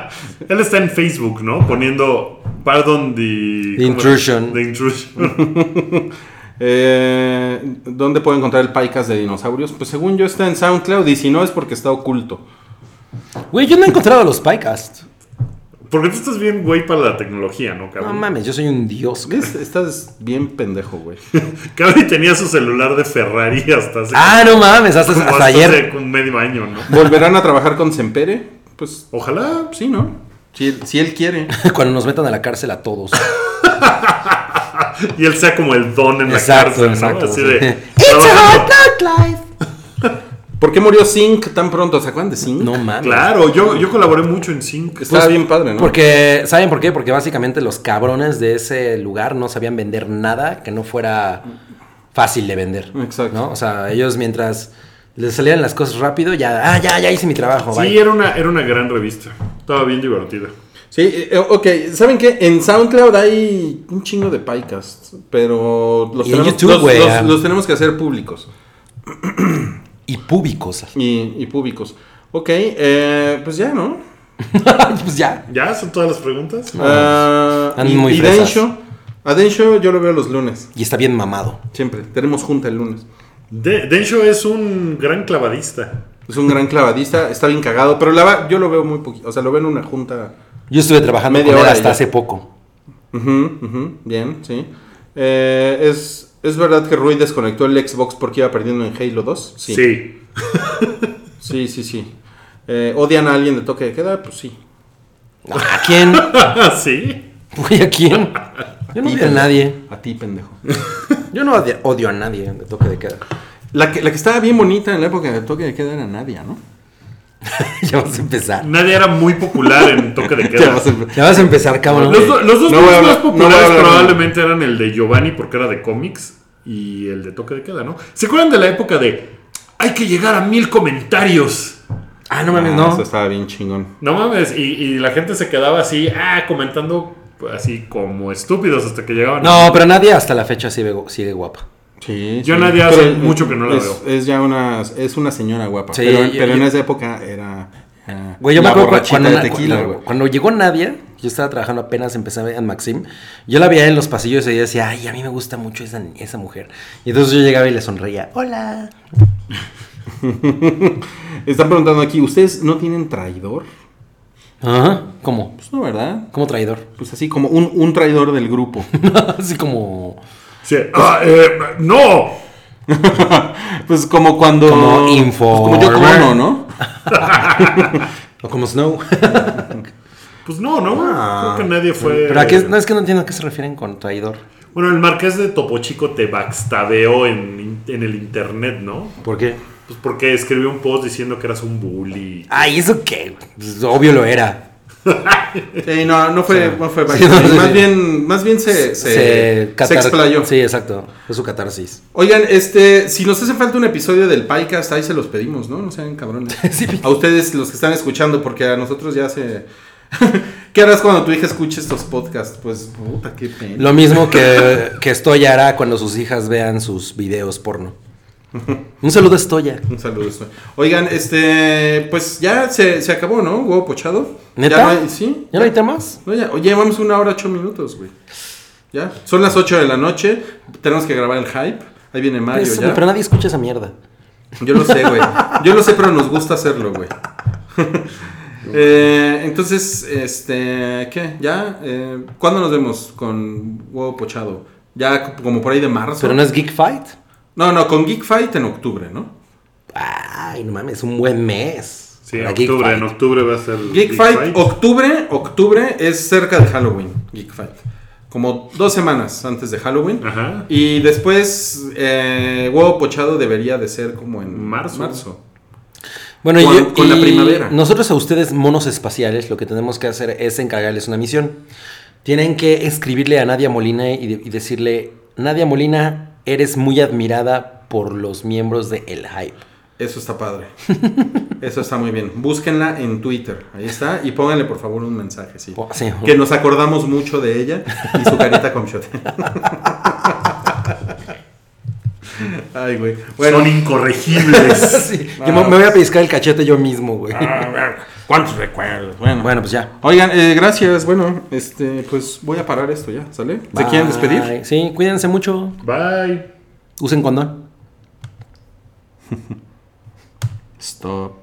Speaker 3: Él está en Facebook, ¿no? Poniendo Pardon the,
Speaker 2: The
Speaker 3: ¿cómo era?
Speaker 2: intrusion.
Speaker 3: The intrusion.
Speaker 4: Eh, ¿Dónde puedo encontrar el podcast de dinosaurios? Pues según yo está en SoundCloud y si no es porque está oculto.
Speaker 2: Güey, yo no he encontrado los podcasts.
Speaker 3: Porque tú estás bien güey para la tecnología, ¿no,
Speaker 2: No
Speaker 3: cabrón?
Speaker 2: mames, yo soy un dios. cabrón.
Speaker 4: Es- estás bien pendejo, güey.
Speaker 3: Cabri tenía su celular de Ferrari hasta hace,
Speaker 2: Ah, no mames, hasta,
Speaker 3: como
Speaker 2: hasta
Speaker 3: hasta
Speaker 2: ayer.
Speaker 3: hace un medio año, ¿no?
Speaker 4: ¿Volverán a trabajar con Sempere? Pues
Speaker 3: Ojalá.
Speaker 4: sí, ¿no? Si, él- si él quiere.
Speaker 2: Cuando nos metan a la cárcel a todos.
Speaker 3: Y él sea como el don en
Speaker 2: Exacto,
Speaker 3: la cárcel,
Speaker 2: exacto,
Speaker 3: ¿no? Así
Speaker 2: sí.
Speaker 3: de.
Speaker 8: It's a
Speaker 3: trabajando.
Speaker 8: hot dog life.
Speaker 4: ¿Por qué murió Zinc tan pronto? ¿Se acuerdan de Zinc?
Speaker 2: No mames. Pues,
Speaker 3: Claro, yo, yo colaboré mucho en Sync.
Speaker 4: Estaba bien padre, ¿no?
Speaker 2: Porque, ¿saben por qué? Porque básicamente los cabrones de ese lugar no sabían vender nada que no fuera fácil de vender.
Speaker 4: Exacto.
Speaker 2: ¿no? O sea, ellos mientras les salían las cosas rápido, ya, ah, ya, ya hice mi trabajo.
Speaker 3: Sí,
Speaker 2: bye.
Speaker 3: era una, era una gran revista. Estaba bien divertida.
Speaker 4: Sí, eh, ok. ¿Saben qué? En SoundCloud hay un chingo de podcasts, pero los,
Speaker 2: Y en
Speaker 4: tenemos,
Speaker 2: YouTube,
Speaker 4: los-
Speaker 2: güey,
Speaker 4: los-
Speaker 2: ah.
Speaker 4: los tenemos que hacer públicos.
Speaker 2: Y públicos.
Speaker 4: y, y públicos. Ok, eh, pues ya, ¿no?
Speaker 2: pues ya.
Speaker 3: ¿Ya? ¿Son todas las preguntas?
Speaker 4: Ah,
Speaker 2: andan
Speaker 4: y,
Speaker 2: muy
Speaker 4: y
Speaker 2: fresas.
Speaker 4: Densho, a Densho yo lo veo los lunes,
Speaker 2: Y está bien mamado.
Speaker 4: siempre. Tenemos junta el lunes.
Speaker 3: De Densho es un gran clavadista.
Speaker 4: Es un gran clavadista, está bien cagado, pero la va- yo lo veo muy poquito. O sea, lo veo en una junta.
Speaker 2: Yo estuve trabajando
Speaker 4: Media
Speaker 2: con él
Speaker 4: hora y
Speaker 2: hasta
Speaker 4: ya.
Speaker 2: hace poco.
Speaker 4: Ujú, ujú, bien, sí. Eh, es, ¿Es verdad que Rui desconectó el Xbox porque iba perdiendo en Halo 2?
Speaker 3: Sí.
Speaker 4: Sí, sí, sí. Eh, ¿Odian a alguien de toque de queda? Pues sí.
Speaker 2: ¿A quién?
Speaker 3: Ah, sí.
Speaker 2: Güey, ¿a quién? Yo no
Speaker 4: Y
Speaker 2: odio a
Speaker 4: pendejo.
Speaker 2: nadie.
Speaker 4: A ti, pendejo.
Speaker 2: Yo no odio, odio a nadie de toque de queda.
Speaker 4: La que, la que estaba bien bonita en la época de toque de queda era Nadia, ¿no?
Speaker 2: ya vas a empezar.
Speaker 3: Nadie era muy popular en Toque de
Speaker 4: Ya
Speaker 3: Queda.
Speaker 4: vas a empe-
Speaker 2: Ya vas a empezar, cabrón. Ah,
Speaker 3: Los, do- los dos
Speaker 4: No voy a
Speaker 3: más
Speaker 4: hablar- no voy a
Speaker 3: populares
Speaker 4: hablar.
Speaker 3: probablemente eran el de Giovanni porque era de cómics y el de Toque de Queda, ¿no? ¿Se acuerdan de la época de hay que llegar a mil comentarios?
Speaker 2: Ah, no mames,
Speaker 4: Ah,
Speaker 2: no.
Speaker 4: Eso estaba bien chingón.
Speaker 3: No mames, y, y la gente se quedaba así, ah, comentando así como estúpidos hasta que llegaban.
Speaker 2: No, pero nadie hasta la fecha sigue, gu- sigue guapa.
Speaker 4: Sí.
Speaker 3: Yo
Speaker 4: sí.
Speaker 3: Nadia hace
Speaker 4: Pero, eh,
Speaker 3: mucho que no la
Speaker 4: es,
Speaker 3: veo.
Speaker 4: Es ya una, es una señora guapa.
Speaker 2: Sí,
Speaker 4: pero
Speaker 2: yo-
Speaker 4: pero en
Speaker 2: yo-
Speaker 4: esa época era. eh,
Speaker 2: Güey, yo me
Speaker 4: la
Speaker 2: acuerdo cu-
Speaker 4: borrachita
Speaker 2: cuando,
Speaker 4: de
Speaker 2: na-
Speaker 4: tequila,
Speaker 2: cuando-
Speaker 4: güey.
Speaker 2: cuando llegó Nadia, yo estaba trabajando apenas, empezaba en Maxim, yo la veía en los pasillos y ella decía, ay, a mí me gusta mucho esa, ni- esa mujer. Y entonces yo llegaba y le sonreía, hola.
Speaker 4: Están preguntando aquí, ¿ustedes no tienen traidor?
Speaker 2: Ajá, ¿Cómo?
Speaker 4: Pues no, ¿verdad?
Speaker 2: Como traidor.
Speaker 4: Pues así como un, un traidor del grupo.
Speaker 2: Así como...
Speaker 3: Sí, ah, eh, no.
Speaker 4: pues como cuando.
Speaker 2: Como
Speaker 4: pues como yo
Speaker 2: informer.
Speaker 4: cono, ¿no?
Speaker 2: O como Snow.
Speaker 3: Pues no, no.
Speaker 2: Ah.
Speaker 3: Creo que nadie fue.
Speaker 2: Pero aquí es, no, es que no entiendo a qué se refieren con traidor.
Speaker 3: Bueno, el marqués de Topo Chico te backstabeó en, en el internet, ¿no?
Speaker 2: ¿Por qué?
Speaker 3: Pues porque escribió un post diciendo que eras un bully.
Speaker 2: Ay, ¿eso qué? Pues, obvio lo era.
Speaker 4: Sí, no, no fue. no fue
Speaker 2: Sí, no, sí,
Speaker 4: más,
Speaker 2: sí.
Speaker 4: bien, más bien se, se, se
Speaker 2: catar-
Speaker 4: explayó.
Speaker 2: Sí, exacto. Fue su catarsis.
Speaker 4: Oigan, este, si nos hace falta un episodio del podcast, ahí se los pedimos, ¿no? No sean cabrones.
Speaker 2: Sí.
Speaker 4: A ustedes, los que están escuchando, porque a nosotros ya se. ¿Qué harás cuando tu hija escuche estos podcasts? Pues, puta, qué pena.
Speaker 2: Lo mismo que, que Estoya hará cuando sus hijas vean sus videos porno. Un saludo a Estoya.
Speaker 4: Un saludo. eso. Oigan, este, pues ya se, se acabó, ¿no? Huevo pochado.
Speaker 2: ¿Neta?
Speaker 4: Ya no hay- sí.
Speaker 2: ¿Ya no hay temas?
Speaker 4: No, ya, oye, llevamos una hora ocho minutos, güey. Ya. Son las 8 de la noche. Tenemos que grabar el hype. Ahí viene Mario
Speaker 2: Pues,
Speaker 4: Ah, ya.
Speaker 2: pero nadie escucha esa mierda.
Speaker 4: Yo lo sé, güey. Yo lo sé, pero nos gusta hacerlo, güey. Eh, entonces, este, ¿qué? ¿Ya? Eh, ¿Cuándo nos vemos con huevo pochado? Ya c- como por ahí de marzo.
Speaker 2: ¿Pero no es Geek Fight?
Speaker 4: no, no, con Geek Fight en octubre, ¿no?
Speaker 2: Ay, no mames, un buen mes.
Speaker 3: Sí,
Speaker 2: para Geek
Speaker 3: octubre,
Speaker 2: Fight.
Speaker 3: en octubre va a ser.
Speaker 4: Geek, Fight, octubre, octubre es cerca de Halloween, Geek Fight. Como dos semanas antes de Halloween.
Speaker 3: Ajá.
Speaker 4: Y después, eh, huevo pochado debería de ser como en
Speaker 3: Marzo.
Speaker 2: Bueno,
Speaker 4: con-
Speaker 2: yo-
Speaker 4: con la
Speaker 2: y
Speaker 4: primavera.
Speaker 2: Nosotros a ustedes, monos espaciales, lo que tenemos que hacer es encargarles una misión. Tienen que escribirle a Nadia Molina y, de- y decirle, Nadia Molina, eres muy admirada por los miembros de El Hype.
Speaker 4: Eso está padre. Eso está muy bien. Búsquenla en Twitter. Ahí está. Y pónganle por favor un mensaje, sí.
Speaker 2: Oh, sí.
Speaker 4: Que nos acordamos mucho de ella y su carita con shot. Ay, güey. Bueno,
Speaker 3: Son incorregibles.
Speaker 2: Sí, yo me- me voy a piscar el cachete yo mismo, güey.
Speaker 3: Ah.
Speaker 4: ¿cuántos recuerdos? Bueno.
Speaker 2: Bueno, pues ya.
Speaker 4: Oigan, eh, gracias. Bueno, este, pues voy a parar esto ya, ¿sale? ¿Se quieren despedir?
Speaker 2: Bye. Sí, cuídense mucho.
Speaker 3: Bye.
Speaker 2: Usen condón.
Speaker 4: Stop.